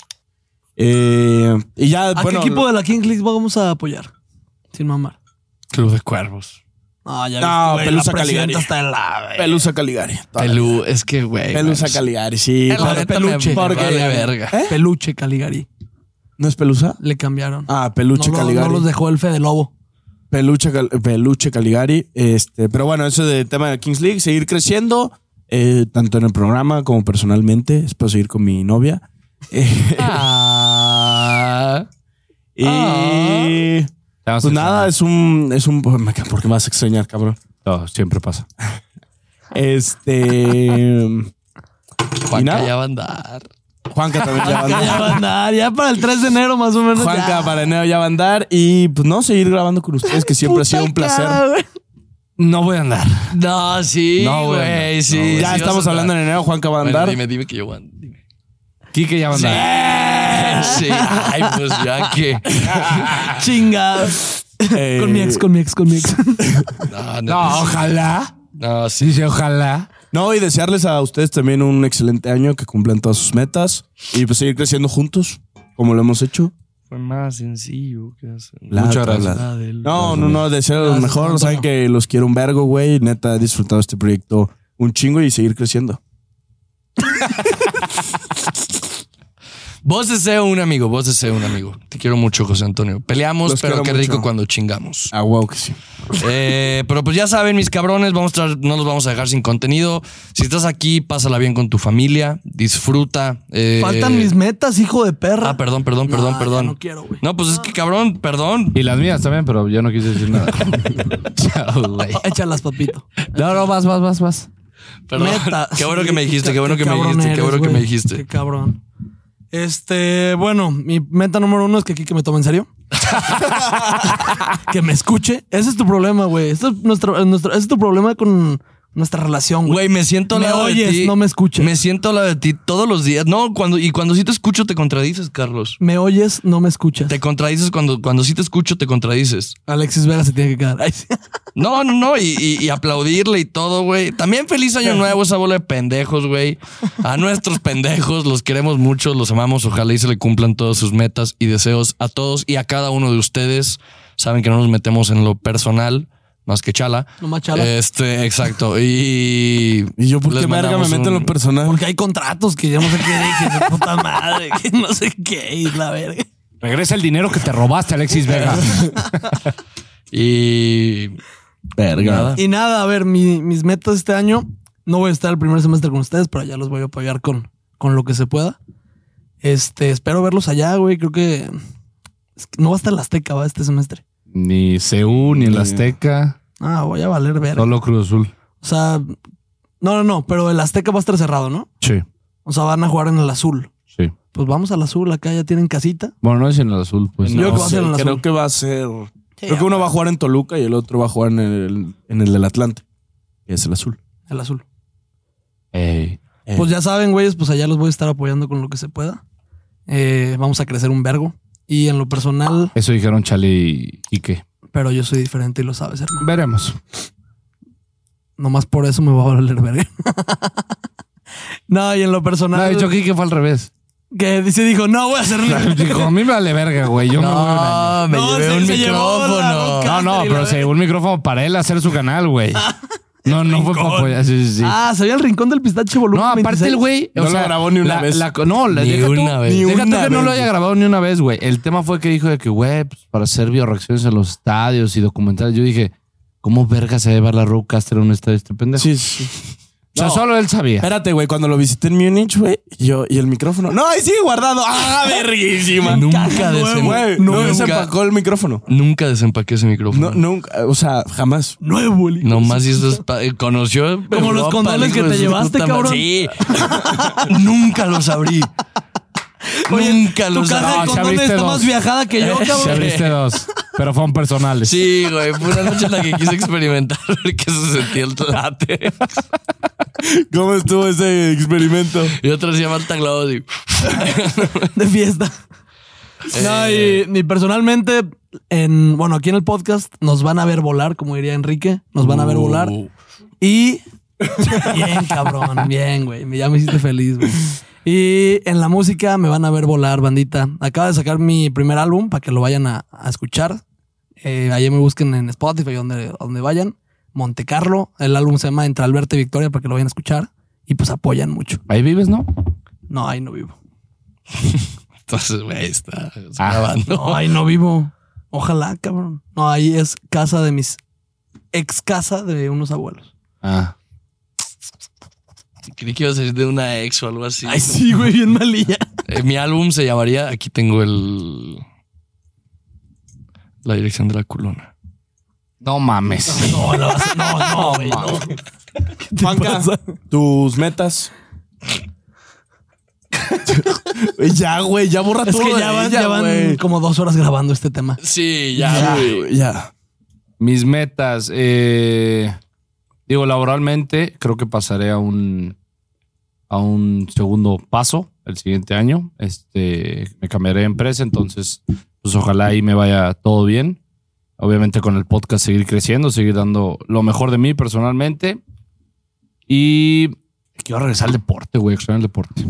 Eh, y ya, ¿A bueno... qué equipo de la King League vamos a apoyar? Sin mamar. Club de Cuervos. No, ya viste, No, güey, Pelusa la presidenta Caligari. está en la... Pelusa Caligari. Ah. toda la Pelú, es que, güey. Pelusa bueno, Caligari, sí. Eh, la Pero neta me- me vale verga. ¿Eh? Peluche Caligari. ¿No es Pelusa? Le cambiaron. Ah, Peluche no, lo- Caligari. no los dejó el Fede Lobo. Peluche, Cal- Peluche Caligari. Este, pero bueno, eso de tema de Kings League, seguir creciendo, eh, tanto en el programa como personalmente. Espero seguir con mi novia. Eh, Ah, y. Te vas a Pues nada, es un. Es un porque me vas a extrañar, cabrón. extrañar. No, siempre pasa. Este. Juanca nada. ya va a andar. Juanca también ya va a Ya, andar. va a andar, ya para el 3 de enero más o menos. Juanca ya. para enero ya va a andar. Y pues no, seguir grabando con ustedes, que siempre ha sido un placer. No voy a andar. No, sí, No, güey, güey. no, sí, güey. sí Ya vas estamos a andar. hablando en enero, Juanca va a Bueno, andar. dime, dime que yo voy a andar. Quique ya va a andar. Eh, Sí, ay, pues ya que. Chingas. Eh, Con mi ex, con mi ex, con mi ex. No, No, ojalá. No, Ah, sí. Ah, Sí, sí, ojalá. No, y desearles a ustedes también un excelente año, que cumplan todas sus metas y pues seguir creciendo juntos, como lo hemos hecho. Fue más sencillo que hacer. Muchas gracias. La del- No, no, no, desearles lo Gracias, mejor. Antonio. Saben que los quiero un vergo, güey. Neta, he disfrutado este proyecto un chingo y seguir creciendo. Vos deseo un amigo, vos deseo un amigo. Te quiero mucho, José Antonio. Peleamos, Los pero quiero qué mucho. rico cuando chingamos. Ah, wow, que sí. Eh, pero pues ya saben, mis cabrones, vamos a estar- no los vamos a dejar sin contenido. Si estás aquí, pásala bien con tu familia, disfruta. eh, Faltan mis metas, hijo de perra. Ah, perdón, perdón, perdón, No, perdón. ya no quiero, güey. No, pues es que cabrón, perdón. Y las mías también, pero yo no quise decir nada. Chao, güey. Échalas, papito. No, no, vas, vas, vas, vas. Perdón. Metas. Qué bueno que me dijiste, Qué- qué bueno qué que me cabrón dijiste, qué eres, bueno que me güey. dijiste. Qué cabrón. Este, bueno, mi meta número uno es que Kike me tome en serio. que me escuche. Ese es tu problema, güey. Ese es, nuestro, nuestro- ese es tu problema con nuestra relación, güey. Güey, me siento Me la oyes, de ti. no me escuchas. Me siento la de ti todos los días. No, cuando y cuando sí te escucho te contradices, Carlos. Me oyes, no me escuchas. Te contradices cuando cuando sí te escucho te contradices. Alexis Vega se tiene que quedar. Ay, sí. No, no, no, y, y- y aplaudirle y todo, güey. También feliz año nuevo esa bola de pendejos, güey. A nuestros pendejos los queremos mucho, los amamos. Ojalá y se le cumplan todas sus metas y deseos a todos y a cada uno de ustedes. Saben que no nos metemos en lo personal, más que chala. Nomás chala. Este, exacto. Y, Y yo, ¿por les qué verga me mandamos meto en un- lo personal? Porque hay contratos que yo no sé qué dije, de puta madre, que no sé qué, y la verga. Regresa el dinero que te robaste, Alexis Vega. Y Verga. Y nada, a ver, mi- mis metas este año. No voy a estar el primer semestre con ustedes, pero ya los voy a apoyar con, con lo que se pueda. Este, espero verlos allá, güey. Creo que, es que no va a estar la Azteca, va, este semestre. Ni CU, ni el Ni- Azteca, Ah, voy a valer ver. O solo Cruz Azul. sea, no, no, no, pero el Azteca va a estar cerrado, ¿no? Sí, O sea, van a jugar en el azul. sí. Pues vamos al azul, acá ya tienen casita. Bueno, no es en el azul, pues. Yo creo que va a sé, ser en la creo azul. que va a ser. creo que ya, uno va a jugar en Toluca y el otro va a jugar en el, en el del Atlante, que es el azul. El azul. Ey. Eh. Pues ya saben, güeyes, pues allá los voy a estar apoyando con lo que se pueda. Eh, vamos a crecer un vergo. Y en lo personal, Eso dijeron Chale y, y qué. pero yo soy diferente y lo sabes, hermano. Veremos. Nomás por eso me va a valer verga. no, y en lo No, personal. yo creí que fue al revés. que sí dijo, no voy a hacer nada. Dijo, a mí me vale verga, güey. Yo me voy un año. me No, llevé se- un se llevó la micrófono. boca. No, no, Y la pero verga. se llevó un micrófono para él hacer su canal, güey. No, no fue para apoyar. Sí, sí, sí. Ah, se veía el rincón del pistache, boludo. No, aparte el güey. No o lo sea, grabó ni una la- vez. la- no, la- Ni deja tú- una vez. ni deja tú una que no lo vez. haya grabado ni una vez, güey. El tema fue que dijo de que, güey, pues, para hacer bioreacciones en los estadios y documentales. Yo dije, ¿cómo verga se va a llevar la Roadcaster a un estadio este pendejo? Sí, sí. sí. o sea, No. solo él sabía. Espérate, güey, cuando lo visité en Múnich, güey, yo y el micrófono. No, ahí sigue guardado. Ah, verguísima. Nunca Caja desem- nueva, güey. No nunca- se empacó el micrófono. Nunca desempaqué ese micrófono. No, nunca, o sea, jamás. Nuevo, boludo. Pues, Nomás hizo espa- eh, conoció Como los condones hijo que de te su llevaste, puta madre. cabrón. Sí. Nunca los abrí. Oye, Nunca Tu los caja de No, se abrí. condones abriste está dos. más viajada que yo, Se cabrón. abriste dos, pero fueron personales. Sí, güey, fue una noche en la que quise experimentar ver qué se sentía el late. ¿Cómo estuvo ese experimento? Y otra se llama el taglado y de fiesta. Eh. No, y, y personalmente, en, bueno, aquí en el podcast nos van a ver volar, como diría Enrique. Nos van a Uh. ver volar. "Uh". Y. Bien, cabrón. Bien, güey. Ya me hiciste feliz, güey. Y en la música me van a ver volar, bandita. Acabo de sacar mi primer álbum para que lo vayan a, a escuchar. Eh, ahí me busquen en Spotify, donde, donde vayan. Monte Carlo. El álbum se llama Entre Alberta y Victoria para que lo vayan a escuchar. Y pues apoyan mucho. Ahí vives, ¿no? No, ahí no vivo. Entonces, güey, está está Ah, grabando. No, ahí no vivo. Ojalá, cabrón. No, ahí es casa de mis. Ex casa de unos abuelos. Ah. Creí que iba a salir de una ex o algo así. Ay, sí, güey, bien malilla. Eh, mi álbum se llamaría. Aquí tengo el. La dirección de la culona. No mames. No, no, no, no, güey, no. Juanca, tus metas. Güey, ya, güey, ya borra Es todo. que de ya van, ella, ya van güey. como dos horas grabando este tema. Sí, Ya, ya, güey. güey, ya. Mis metas. eh, digo, laboralmente, creo que pasaré a un, a un segundo paso el siguiente año. Este, me cambiaré de empresa, entonces, pues ojalá ahí me vaya todo bien. Obviamente con el podcast seguir creciendo, seguir dando lo mejor de mí personalmente. Y quiero regresar al deporte, güey, extraño el deporte.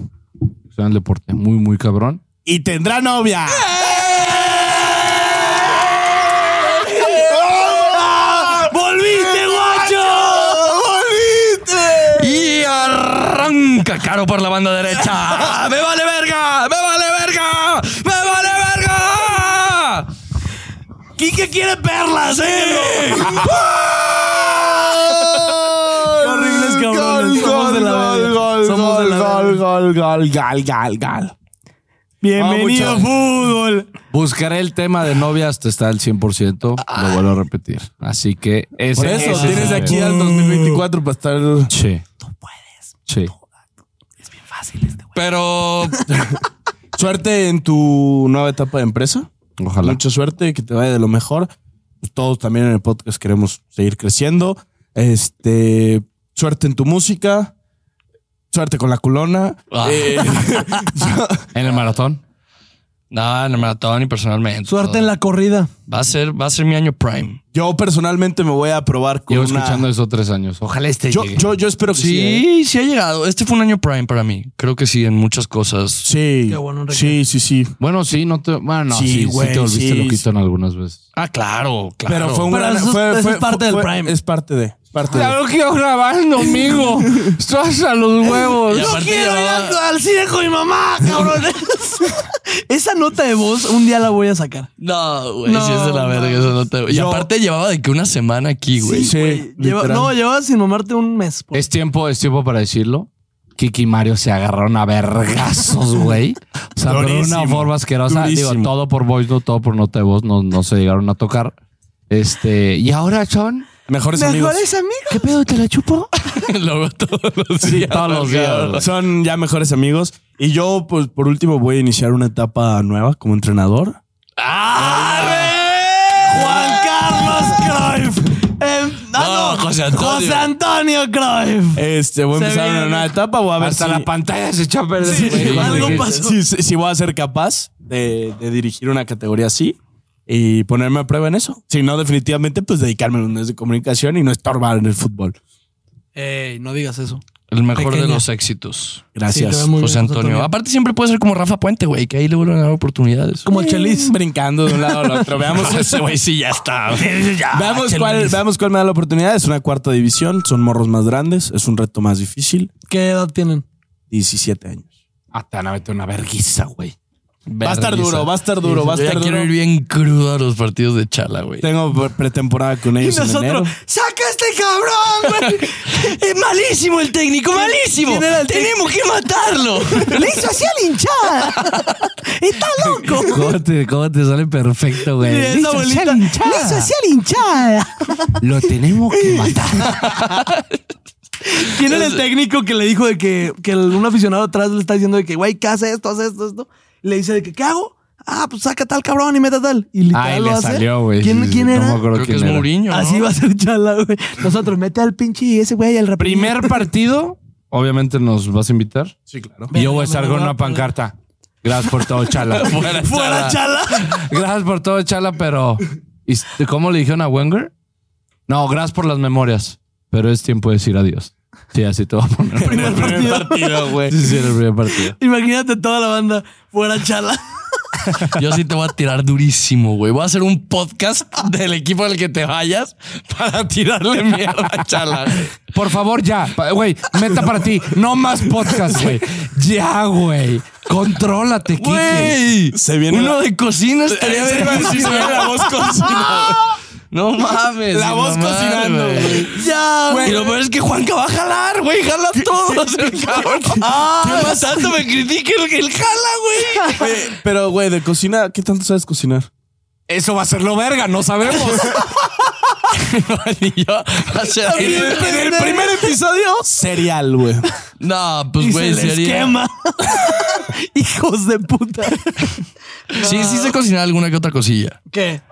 Extraño el deporte, muy, muy cabrón. Y tendrá novia. ¡Volviste, guacho! ¡Volviste! Y arranca caro por la banda derecha. ¡Me vale verga! ¡Me vale verga! ¡Me vale verga! ¡Quique quiere perlas, eh! Qué horribles cabrones. Somos de la verga. Somos de la verga. gol, gol, gol, gol, gol. Bienvenido, Vamos, fútbol. Buscaré el tema de novias, te está al 100%, lo vuelvo a repetir. Así que ese Por eso, ese es tienes el aquí tema. al 2024 para estar... Che, Tú puedes. che. Es bien fácil este güey. Pero Suerte en tu nueva etapa de empresa. Ojalá. Mucha suerte, que te vaya de lo mejor. Pues todos también en el podcast queremos seguir creciendo. Este, suerte en tu música. Suerte con la culona. Ah. Eh, En el maratón. No, no me la tomo ni personalmente. Suerte en la corrida. Va a ser, va a ser mi año prime. yo personalmente me voy a probar con Llevo una- escuchando eso tres años. Ojalá este Yo, llegue. yo, yo espero que sí. ¿eh? Sí, sí ha llegado. Este fue un año prime para mí. Creo que sí, en muchas cosas. Sí. Qué bueno, Enrique. sí, sí, sí. Bueno, sí, no te. Bueno, no, Sí, sí, sí güey, te volviste sí, loquito en algunas veces. Ah, claro, claro. Pero fue un Pero gran. eso- fue- eso fue- es parte fue- del fue- Prime. Es parte de. Parte Ya de- lo quiero grabar el domingo. Estás a los huevos. Y aparte quiero ir llevaba- al- al cine con mi mamá, cabrón. Esa nota de voz un día la voy a sacar. No, güey, No, sí es de la verga. mames. Eso no te... Y Yo- aparte llevaba de que una semana aquí, güey. Sí, Güey, lleva- literal. no, llevas sin mamarte un mes. por- Es tiempo, es tiempo para decirlo. Kiki y Mario se agarraron a vergazos, güey. O sea, pero de una Durísimo, forma asquerosa. Digo, durísimo. todo por voice, no todo por nota de voz, no, no se llegaron a tocar. Este, y ahora, Chon, Mejores, amigos. ¿Mejores amigos? ¿qué pedo te la chupo? Luego todos los días. todos los días. güey. Son ya mejores amigos. Y yo, pues, por último, voy a iniciar una etapa nueva como entrenador. Juan Carlos Cruyff. Em, ah, No, José Antonio. José Antonio Cruyff. Este, voy a Se empezar viene. una nueva etapa. Voy a ver Hasta si, la pantalla se echó a perder. Sí, güey, sí, cuando algo dijiste. pasó. si, si- si voy a ser capaz de, de dirigir una categoría así y ponerme a prueba en eso. Si no, definitivamente, pues dedicarme a los medios de comunicación y no estorbar en el fútbol. Ey, no digas eso. El mejor de Pequeña. los éxitos. Gracias. Sí, te veo muy José bien, Antonio. Aparte siempre puede ser como Rafa Puente, güey, que ahí le vuelven a dar oportunidades. Como el Chelis. Mm, Brincando de un lado al otro. Veamos, ese güey sí ya está. Ah, veamos, cuál, Chelis. veamos cuál me da la oportunidad. Es una cuarta división, son morros más grandes, es un reto más difícil. ¿Qué edad tienen? 17 años. Ah, te van a meter una verguiza, güey. Va a estar duro, va a estar duro, va a Yo ya estar quiero duro. ir bien crudo a los partidos de Chala, güey. Tengo pre- pretemporada con Y ellos en enero. nosotros, ¡saca a este cabrón, güey! Es malísimo el técnico, malísimo. ¿Quién era el Tenemos que matarlo. ¡Le hizo así a la hinchada! ¡Está loco! ¿Cómo te, cómo te sale perfecto, güey? Mira, esa Listo, bolita, sea ¡Le hinchada. hizo así a la hinchada! Lo tenemos que matar. ¿Quién era el técnico que le dijo de que, que el- un aficionado atrás le está diciendo de que, güey, ¿qué hace esto? Hace esto, esto. Y le dice de que, ¿qué hago? Ah, pues saca tal cabrón y meta tal. Y literal Ay, lo le hace. salió, güey. ¿Quién, Sí, sí, quién sí, no era? me acuerdo Creo que quién es era. Mourinho. Así ¿no? va a ser chala, güey. Nosotros, mete al pinche y ese güey al rap. Primer partido, obviamente nos vas a invitar. Sí, claro. Y yo voy a estar con una pancarta. Gracias por todo, Chala. Fuera, ¡Fuera, Chala. chala! gracias por todo, Chala, pero ¿y ¿cómo le dijeron a Wenger? No, gracias por las memorias, pero es tiempo de decir adiós. Sí, así te voy a poner. Primer partido. Sí, sí, era el primer partido. Imagínate toda la banda fuera chala. Yo sí te voy a tirar durísimo, güey. Voy a hacer un podcast del equipo al que te vayas para tirarle mierda a Chala. güey. Por favor, ya. Pa- Güey, meta para ti. No más podcast, güey. Ya, güey. Contrólate, Kike. Güey, Se viene uno la- de cocina este estaría Se iba a decir, verguísima. se ve la voz cocinando. No mames. La sin voz mamar, cocinando, güey. ¡Ya, Y lo peor es que Juanca va a jalar, güey. Jala a todos, el cabrón. ¿Qué más tanto me critique el que él jala, güey? Oye, Pero, güey, de cocina, ¿qué tanto sabes cocinar? Eso va a ser lo verga, no sabemos. Y yo, o sea, el primer episodio, cereal, güey. no, pues, Y güey, se les sería- quema. Hijos de puta. Sí, sí sé cocinar alguna que otra cosilla. ¿Qué?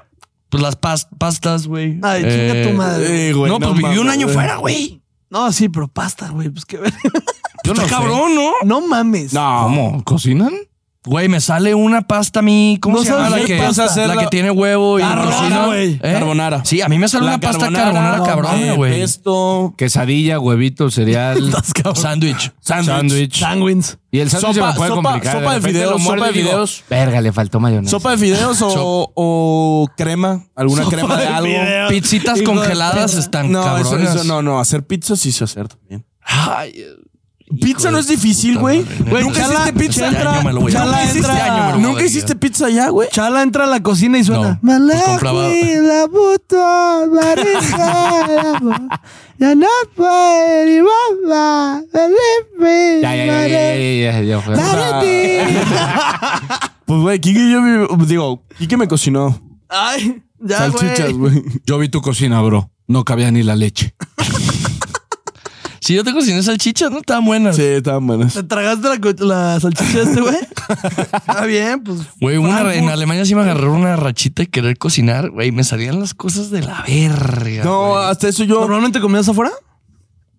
Pues las pas- pastas, güey. Ay, chinga Eh, tu madre. Eh, güey, no, pues viví mames, un año güey. fuera, güey. No, sí, pero pasta, güey. Pues qué ver. Yo no sé. cabrón, ¿no? No mames. No, ¿Cómo? ¿Cocinan? Güey, me sale una pasta a mí. ¿Cómo No se llama? sabes La hacer que, pasta. la que tiene huevo y Carbonara, cocina. güey. Carbonara. Sí, a mí me sale La una pasta carbonara, carbonara, no, cabrón, eh, güey. Pesto, Quesadilla, huevito, cereal, Sándwich. sándwich. Sandwins. Y el sándwich se Sopa- me puede sopa- complicar. sopa de repente fideos, lo muerdo sopa de y digo, fideos. Verga, le faltó mayonesa. sopa de fideos o, o crema, alguna crema de, algo. Pizzitas Hijo de congeladas perra. están No, eso, cabronas. eso no, no, hacer pizza sí sé hacer también. Ay, eh, Pizza no es difícil, güey. Güey, Nunca chala- hiciste pizza. este año me lo voy a- Chala este entra- año me lo voy a Nunca decir. hiciste pizza ya, güey. Chala entra a la cocina y suena. No, pues compraba- Malachi, la puta, mareja, la- la napa, el ibaba, Felipe, Ya, ya, ya, ya, Mare- ya, ya, ya, ya, ya. Maretti. Pues, güey, Kike y yo, vivi- digo, Kike me cocinó Ay, ya, salchichas, Ah, güey. güey. Yo vi tu cocina, bro. No cabía ni la leche. Si yo te cociné salchichas, no estaban buenas. Sí, estaban buenas. ¿Te tragaste la, co- la salchicha este, güey? Está bien, pues. Güey, una, Frankfurt. en Alemania sí me agarró una rachita de querer cocinar, güey. Me salían las cosas de la verga. No, güey. hasta eso yo. ¿Normalmente comías afuera?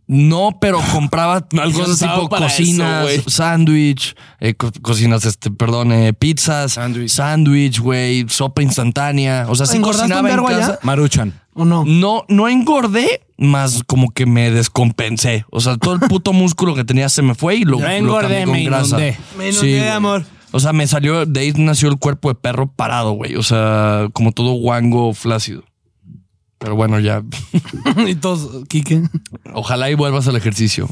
No, pero compraba cosas estaba tipo para eso, cocinas, güey. sándwich, eh, co- cocinas, este, perdón, eh, pizzas, Sándwich. sándwich, güey, sopa instantánea. O sea, sí ¿Engordaste un cocinaba en vergo allá? casa. Maruchan. ¿O no? No, no engordé, más como que me descompensé. O sea, todo el puto músculo que tenía se me fue y lo, Yo lo engordé, cambié con me grasa. inundé. Me inundé, güey. amor. O sea, me salió, de ahí nació el cuerpo de perro parado, güey. O sea, como todo guango flácido. Pero bueno, ya. y todos, Quique. Ojalá y vuelvas al ejercicio.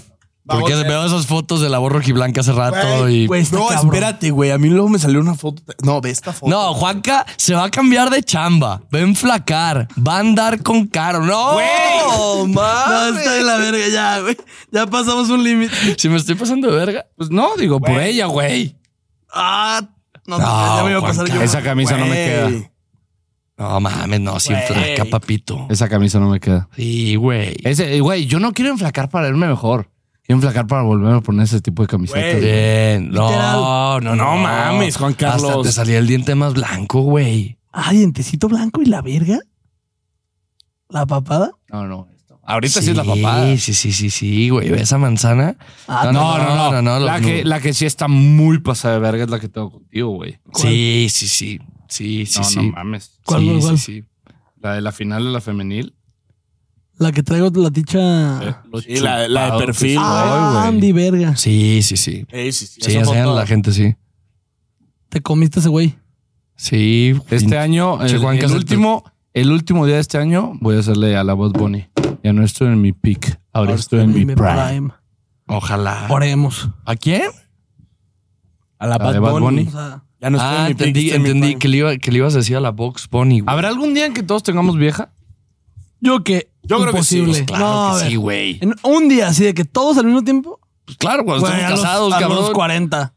Porque Vamos, eh. veo esas fotos de la borra blanca hace rato y. güey, está no, cabrón. espérate, güey. A mí luego me salió una foto. No, ve esta foto. No, Juanca se va a cambiar de chamba. Va a enflacar. Va a andar con caro. ¡No! No, mames! está de la verga ya, güey. Ya pasamos un límite. Si me estoy pasando de verga. Pues no, digo, por ella, güey. Ah, no, No, ya me iba a pasar Juanca, yo. Esa camisa no me Güey. queda. No mames, no, si enflaca, papito. Esa camisa no me queda. Sí, güey. Ese, eh, güey, yo no quiero enflacar para verme mejor. Quiero enflacar para volver a poner ese tipo de camisetas. Güey. Bien. Literal. No, no, no. No mames, Juan Hasta Carlos. te salía el diente más blanco, güey. Ah, dientecito blanco y la verga. La papada. No, no. esto. Ahorita sí, es la papada. Sí, sí, sí, sí, güey. ¿Ves esa manzana? Ah, No, no, no. la, los- que, la que sí está muy pasada de verga es la que tengo contigo, güey. Sí, sí, sí. Sí, sí, no, sí. no mames. ¿Cuál, sí, cuál, cuál? sí, sí. La de la final de la femenil. La que traigo la ticha. Lo Sí, la, la chupado que de perfil. ah, güey. Andy, verga. Sí, sí, sí. Ey, sí, sí, Sí, esa enséñale a foto. la gente, sí. Te comiste ese güey. Sí. Este año, el, Che, Juan, el ¿qué haces? último, el último día de este año, voy a hacerle a la voz Bonnie. Ya no estoy en mi peak, ahora estoy en mi Mi prime. prime. Ojalá. Oremos. ¿A quién? A la La de Bad Bad Bunny. Bunny. O sea, Ya no estoy ah, en mi pick, entendí, estoy en mi entendí prime. que le, iba, que le ibas a decir a la Box Bunny, güey. ¿Habrá algún día en que todos tengamos vieja? yo que. Yo creo que sí, imposible. Pues claro No, a que ver, sí, güey. En un día así de que todos al mismo tiempo. Pues claro, cuando Güey, a estamos los, casados, a cabrón. los 40.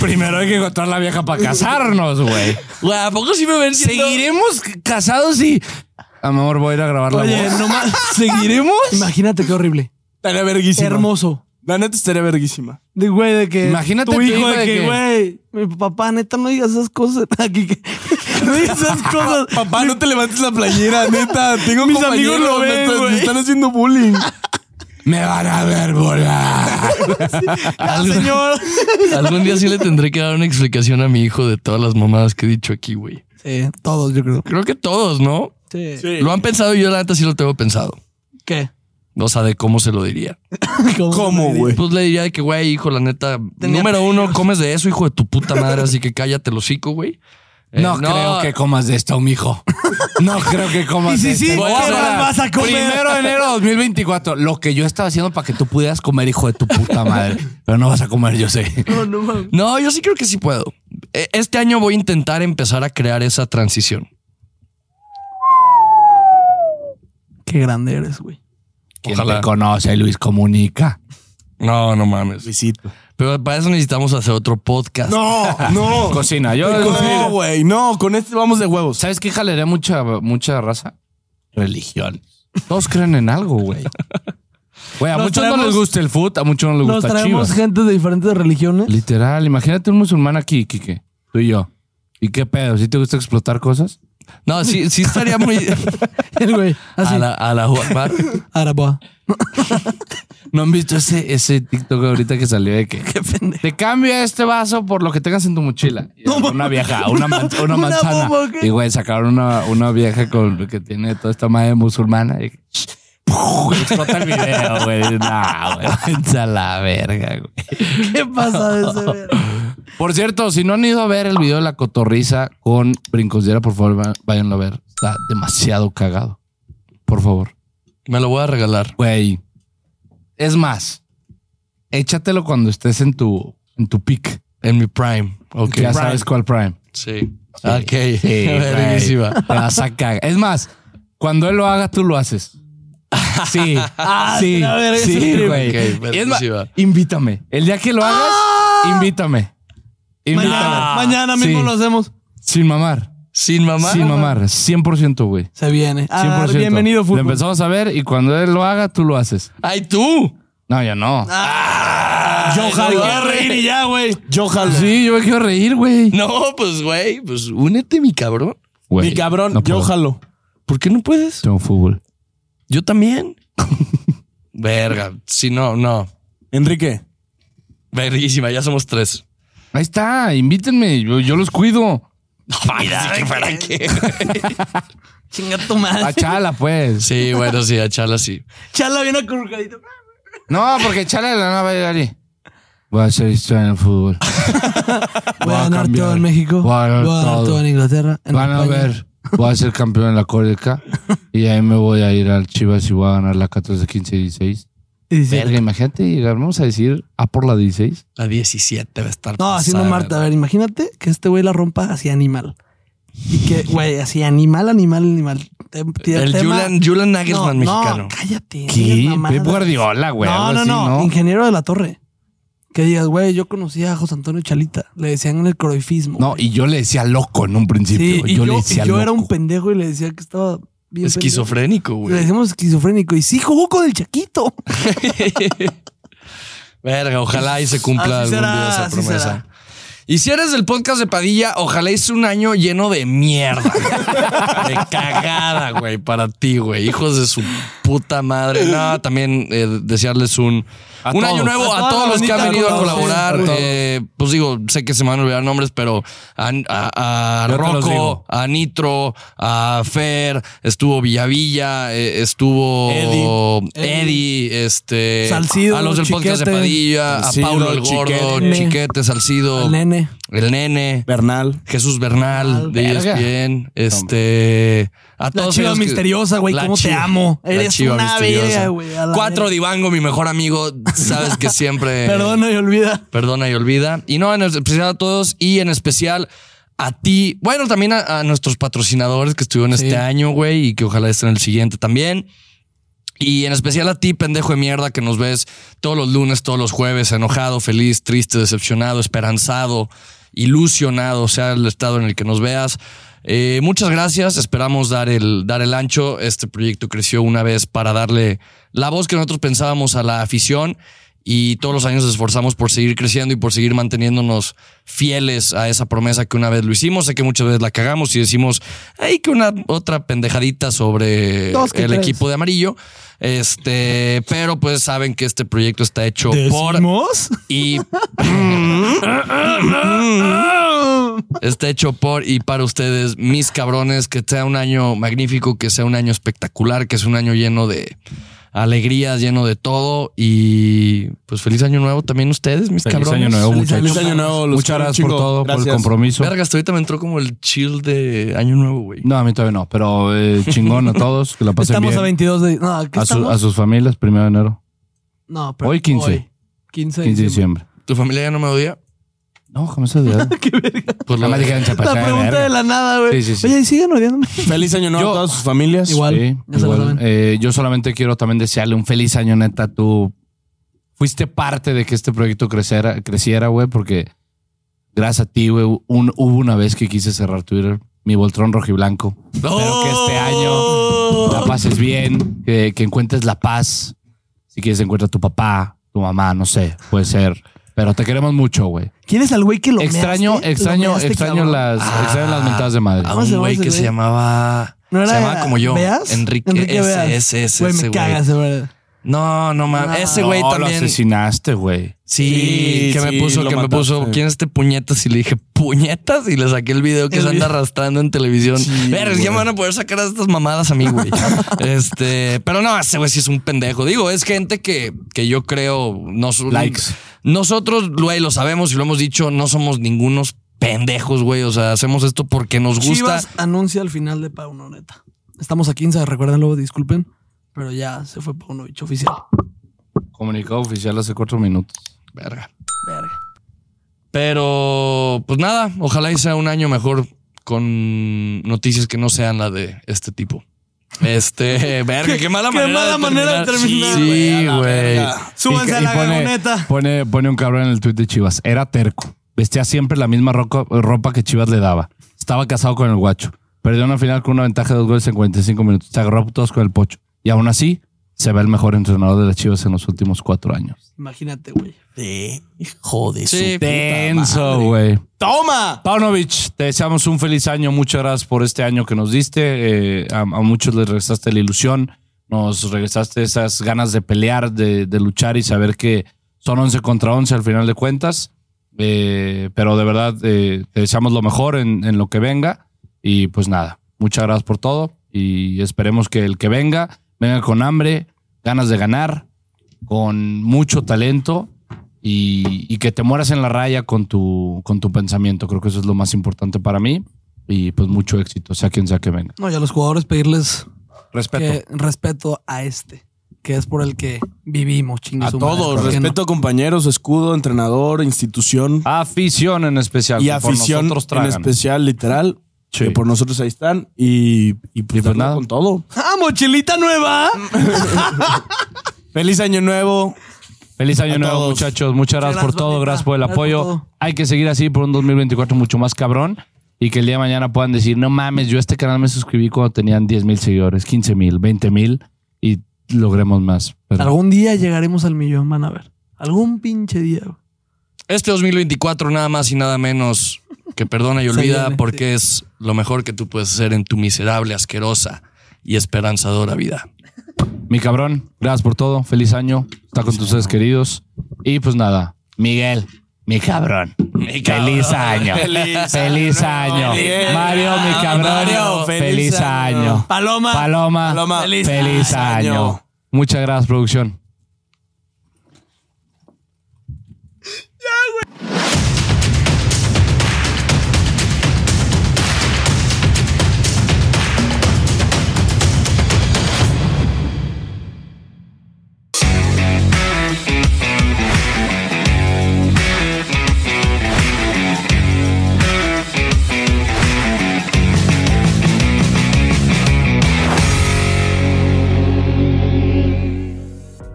Primero hay que encontrar la vieja para casarnos, güey. Güey, ¿a poco sí me ven siendo- Seguiremos c- casados y. A mi amor, voy a ir a grabar la Eh, Oye, voz. nomás. ¿Seguiremos? Imagínate qué horrible. Estaría verguísima. Hermoso. La neta estaría verguísima. De güey, de que. Imagínate tu tu hijo hija de, de que, que- güey. Mi papá, neta, no digas esas cosas. Aquí que. No digas esas cosas. Papá, no te levantes la playera, neta. Tengo Mis compañeros, amigos lo me ven, están- me, güey. están haciendo bullying. Me van a ver volar. Al señor. Algún día sí le tendré que dar una explicación a mi hijo de todas las mamadas que he dicho aquí, güey. Sí, todos, yo creo. Creo que todos, ¿no? Sí. Lo han pensado y yo la neta sí lo tengo pensado. ¿Qué? O sea, de cómo se lo diría. ¿Cómo, güey? Pues le diría de que, güey, hijo, la neta, Tenía número uno, comes de eso, hijo de tu puta madre, así que cállate el hocico, güey. Eh, No, creo que comas de esto, mijo. No creo que comas Y si de esto. sí, Voy ¿qué hacer más vas a comer? Primero de enero de 2024. Lo que yo estaba haciendo para que tú pudieras comer, hijo de tu puta madre. Pero no vas a comer, yo sé. No, no mames. No, yo sí creo que sí puedo. E- Este año voy a intentar empezar a crear esa transición. Qué grande eres, güey. ¿Quién Ojalá. te conoce, Luis Comunica? No, no mames. Visito. Pero para eso necesitamos hacer otro podcast. No, no. Cocina. Yo, No, güey, no, con este vamos de huevos. ¿Sabes qué jalaría mucha, mucha raza? Religión. Todos creen en algo, güey. Güey, a Nos muchos no traemos- les gusta el foot, a muchos no les Nos gusta traemos Chivas. gente de diferentes religiones. Literal, imagínate un musulmán aquí, Kike. Tú y yo. ¿Y qué pedo? ¿Sí te gusta explotar cosas? No, sí, sí estaría muy... El güey. Así. A la, a la Ju- Mar- Araba. ¿No han visto ese, ese TikTok ahorita que salió de que te cambio este vaso por lo que tengas en tu mochila? Y era Una vieja, una, man- una Una manzana. bomba, ¿qué? y güey, sacaron una, una vieja con lo que tiene toda esta madre musulmana. Y, ¡puf! explota el video, güey. No, güey, váyanse a la verga, güey. ¿Qué pasa de ese verga? Por cierto, si no han ido a ver el video de la cotorriza con Brincosdiera, por favor, va- váyanlo a ver. Está demasiado cagado. Por favor. Me lo voy a regalar. Güey. Es más, échatelo cuando estés en tu, en tu pick. En mi Prime. Ok. Que ya sabes cuál Prime. Sí. Ok. Sí, güey. Verguísima. Te vas a cagar. Es más, cuando él lo haga, tú lo haces. Sí. sí. la verga, ese Sí, trip. güey. Ok, pues, Es más, verguísima. invítame. El día que lo hagas, invítame. Invítame. Mañana, mañana mismo Sí. lo hacemos. Sin mamar. Sin mamá. Sin mamar. 100%, güey. Se viene. Ah, 100%. bienvenido, Lo fútbol. empezamos a ver y cuando él lo haga, tú lo haces. ¡Ay, tú! No, ya no. Yo jalo. reír y ya, güey. Yo jalo. sí, yo me quiero reír, güey. No, pues, güey. Pues únete, mi cabrón. Güey, Mi cabrón, no yo puedo. jalo. ¿Por qué no puedes? Tengo fútbol. Yo también. Verga. Si no, no. Enrique, Verguísima, ya somos tres. Ahí está, invítenme, yo, yo los cuido. Ay, ¿Para qué? Chinga tu madre. A Chala, pues. Sí, bueno, sí, a charla sí. Chala bien acurrucadito. No, porque Chala de la nada va a llegar y... Voy a hacer historia en el fútbol. Voy a ganar cambiar. todo en México. Voy a ganar Voy a ganar todo. todo en Inglaterra. en Van a España. ver Voy a ser campeón en la Coreca y ahí me voy a ir al Chivas y voy a ganar la 14, 15 y 16. Verga, imagínate llegar, vamos a decir, a por la 16. La 17 va a estar. No, así no, pasada, Marta. A ver, imagínate que este güey la rompa así animal. Y que, güey, así animal, animal, animal. Te- te- El tema- Julian, Julian Nagelsmann no, mexicano. No, cállate. ¿Qué? digas mamadas. Pep Guardiola, güey. no, algo no, así, no, Ingeniero de la Torre. Que digas, güey, yo conocía a José Antonio Chalita. Le decían el croifismo. No, y yo le decía loco en un Sí, principio. y yo, yo, le y decía yo loco. era un pendejo y le decía que estaba bien. pendejo. Esquizofrénico, Le güey. decíamos esquizofrénico. Y sí, jugó con el Chaquito. Verga, ojalá y se cumpla Así algún será, día esa así promesa. será. Y si eres del podcast de Padilla, ojalá hice un año lleno de mierda. de cagada, güey, para ti, güey. Hijos de su puta madre. No, también eh, desearles un, A un todos. año nuevo A a, toda todos la los que han bandita, venido a a todos, colaborar. sí, a todos. Eh, pues digo, sé que se me van a olvidar nombres, pero a, a- a Yo te los Rocco, digo. a Nitro, a Fer, estuvo Villavilla, eh, estuvo Eddie, este, Salcido, a los del podcast de Chiquete. Padilla, Salcido, a Paulo el Gordo, Chiquete. Chiquete, Salcido, El nene. el Nene, Bernal. Jesús Bernal de E Verga. ESPN, este, a La todos chiva ellos que- misteriosa, güey. La ¿Cómo te chiva- amo? la Eres chiva una misteriosa. verga, güey. a la Cuatro verga. Divango, mi mejor amigo, sabes que siempre Perdona y olvida. perdona y olvida. Y no, en especial a todos y en especial a ti. Bueno, también a, a nuestros patrocinadores que estuvieron este año, güey, y que ojalá estén en el siguiente también. Y en especial a ti, pendejo de mierda, que nos ves todos los lunes, todos los jueves, enojado, feliz, triste, decepcionado, esperanzado, ilusionado, sea el estado en el que nos veas. Eh, muchas gracias, esperamos dar el, dar el ancho. Este proyecto creció una vez para darle la voz que nosotros pensábamos a la afición y todos los años nos esforzamos por seguir creciendo y por seguir manteniéndonos fieles a esa promesa que una vez lo hicimos. Sé que muchas veces la cagamos y decimos, ay, que una otra pendejadita sobre Dos que el tres. equipo de amarillo. Este, pero pues saben que este proyecto está hecho por ¿Decimos? y está hecho por y para ustedes, mis cabrones, que sea un año magnífico, que sea un año espectacular, que sea un año lleno de alegrías, lleno de todo y pues feliz año nuevo también ustedes, mis Feliz cabrones. año nuevo, Feliz muchachos. año nuevo. los Muchas quiero un gracias chingo. por todo, por el Gracias. comproyso. Verga, hasta ahorita me entró como el chill de año nuevo, güey. No, a mí todavía no, pero eh, chingón a todos, que la pasen Estamos a bien. 22 de. No, ¿qué A, su- estamos? a sus familias, primero de enero, No, pero Hoy 15. 15 de diciembre. 15 de Pues diciembre. ¿Tu familia ya no me odia? No, jamás se olvidó. Por lo Nada más de- dijeron chapachá La pregunta verga. de la nada, güey. Sí, sí, sí. Oye, ¿y siguen odiándome? Feliz año nuevo Yo- a todas sus familias. Igual. Sí, ya se lo igual. saben. Eh, yo solamente quiero también desearle un feliz año, neta. Tú fuiste parte de que este proyecto creciera, creciera, güey, porque gracias a ti, güey, un- hubo una vez que quise cerrar Twitter, mi Voltrón rojiblanco. Espero que este ¡Oh! año la pases bien, que, que encuentres la paz. Si quieres, encuentra a tu papá, tu mamá, no sé, puede ser. Pero te queremos mucho, güey. ¿Quién es al güey que lo Extraño, measte? Lo extraño, measte, extraño cabrón. las, Ah. extraño las mentadas de madre. A ¿Cómo un se llama güey ese que se güey? llamaba. ¿No se era llamaba como yo. Veas? Enrique, Veas. ese, ese, ese, Güey, ese, me güey. cagas, de verdad. No, no mames. No. Ese güey No, lo también. Sí, asesinaste, güey. Sí, que me sí, puso, lo que me mataste. puso. ¿Quién es este puñetas? Y le dije, puñetas. Y le saqué el video que El se anda video. arrastrando en televisión. Sí, Verga, ya güey. me van a poder sacar a estas mamadas a mí, güey. este, pero no, ese güey sí es un pendejo. Digo, es gente que, que yo creo. No, son- Likes. Nosotros, güey, lo sabemos y lo hemos dicho, no somos ningunos pendejos, güey. O sea, hacemos esto porque nos gusta. Chivas anuncia el final de Pauno, neta. Estamos a 15, recuérdenlo, disculpen. Pero ya se fue Paunovic oficial. Comunicado oficial hace cuatro minutos. Verga. Verga. Pero, pues nada, ojalá y sea un año mejor con noticias que no sean la de este tipo. Este, verga, qué mala qué manera. mala manera de terminar, Sí, güey. Súbanse Eh, Y- a y la pone- gagoneta. Pone, pone un cabrón en el tuit de Chivas. Era terco. Vestía siempre la misma roco- ropa que Chivas le daba. Estaba casado con el guacho. Perdió una final con una ventaja de dos goles en 45 minutos. Se agarró a todos con el pocho. Y aún así, se ve el mejor entrenador de las Chivas en los últimos cuatro años. Imagínate, güey. Sí, hijo de Sí, su puta Tenso, madre. güey. ¡Toma! Paunovic, te deseamos un feliz año. Muchas gracias por este año que nos diste. Eh, a, a muchos les regresaste la ilusión. Nos regresaste esas ganas de pelear, de, de luchar y saber que son 11 contra 11 al final de cuentas. Eh, pero de verdad, eh, te deseamos lo mejor en, en lo que venga. Y pues nada, muchas gracias por todo. Y esperemos que el que venga, venga con hambre, ganas de ganar, con mucho talento y, y que te mueras en la raya con tu, con tu pensamiento. Creo que eso es lo más importante para mí. y pues mucho éxito, sea quien sea que venga. No, y a los jugadores pedirles Respeto. que respeto a este, que es por el que vivimos, chingue A su madre, todos, ¿por qué no? respeto, compañeros, escudo, entrenador, institución Afición en especial. y Ah, que por afición nosotros en tragan. especial, literal. Sí. Que por nosotros ahí están y, y pues, Y pues darle nada. con todo. ¡Ah, mochilita nueva! Feliz año nuevo. Feliz año A nuevo, todos. muchachos. Muchas gracias por gracias, todo, bandita. gracias por el Gracias apoyo. por todo. Hay que seguir así por un 2024 mucho más cabrón y que el día de mañana puedan decir, no mames, yo a este canal me suscribí cuando tenían 10 mil seguidores, 15 mil, 20 mil y logremos más. Pero- Algún día llegaremos al millón, van a ver. Algún pinche día. güey. Este 2024 nada más y nada menos que perdona y Se olvida viene, porque es lo mejor que tú puedes hacer en tu miserable, asquerosa y esperanzadora vida. Mi cabrón, gracias por todo. Feliz año. Está con tus seres queridos. Y pues nada, Miguel, mi cabrón. Feliz año. Feliz, año. Feliz Mario, mi año. cabrón. Mario, feliz, feliz año. año. Paloma. Paloma, Paloma, feliz, feliz año. año. Muchas gracias, producción.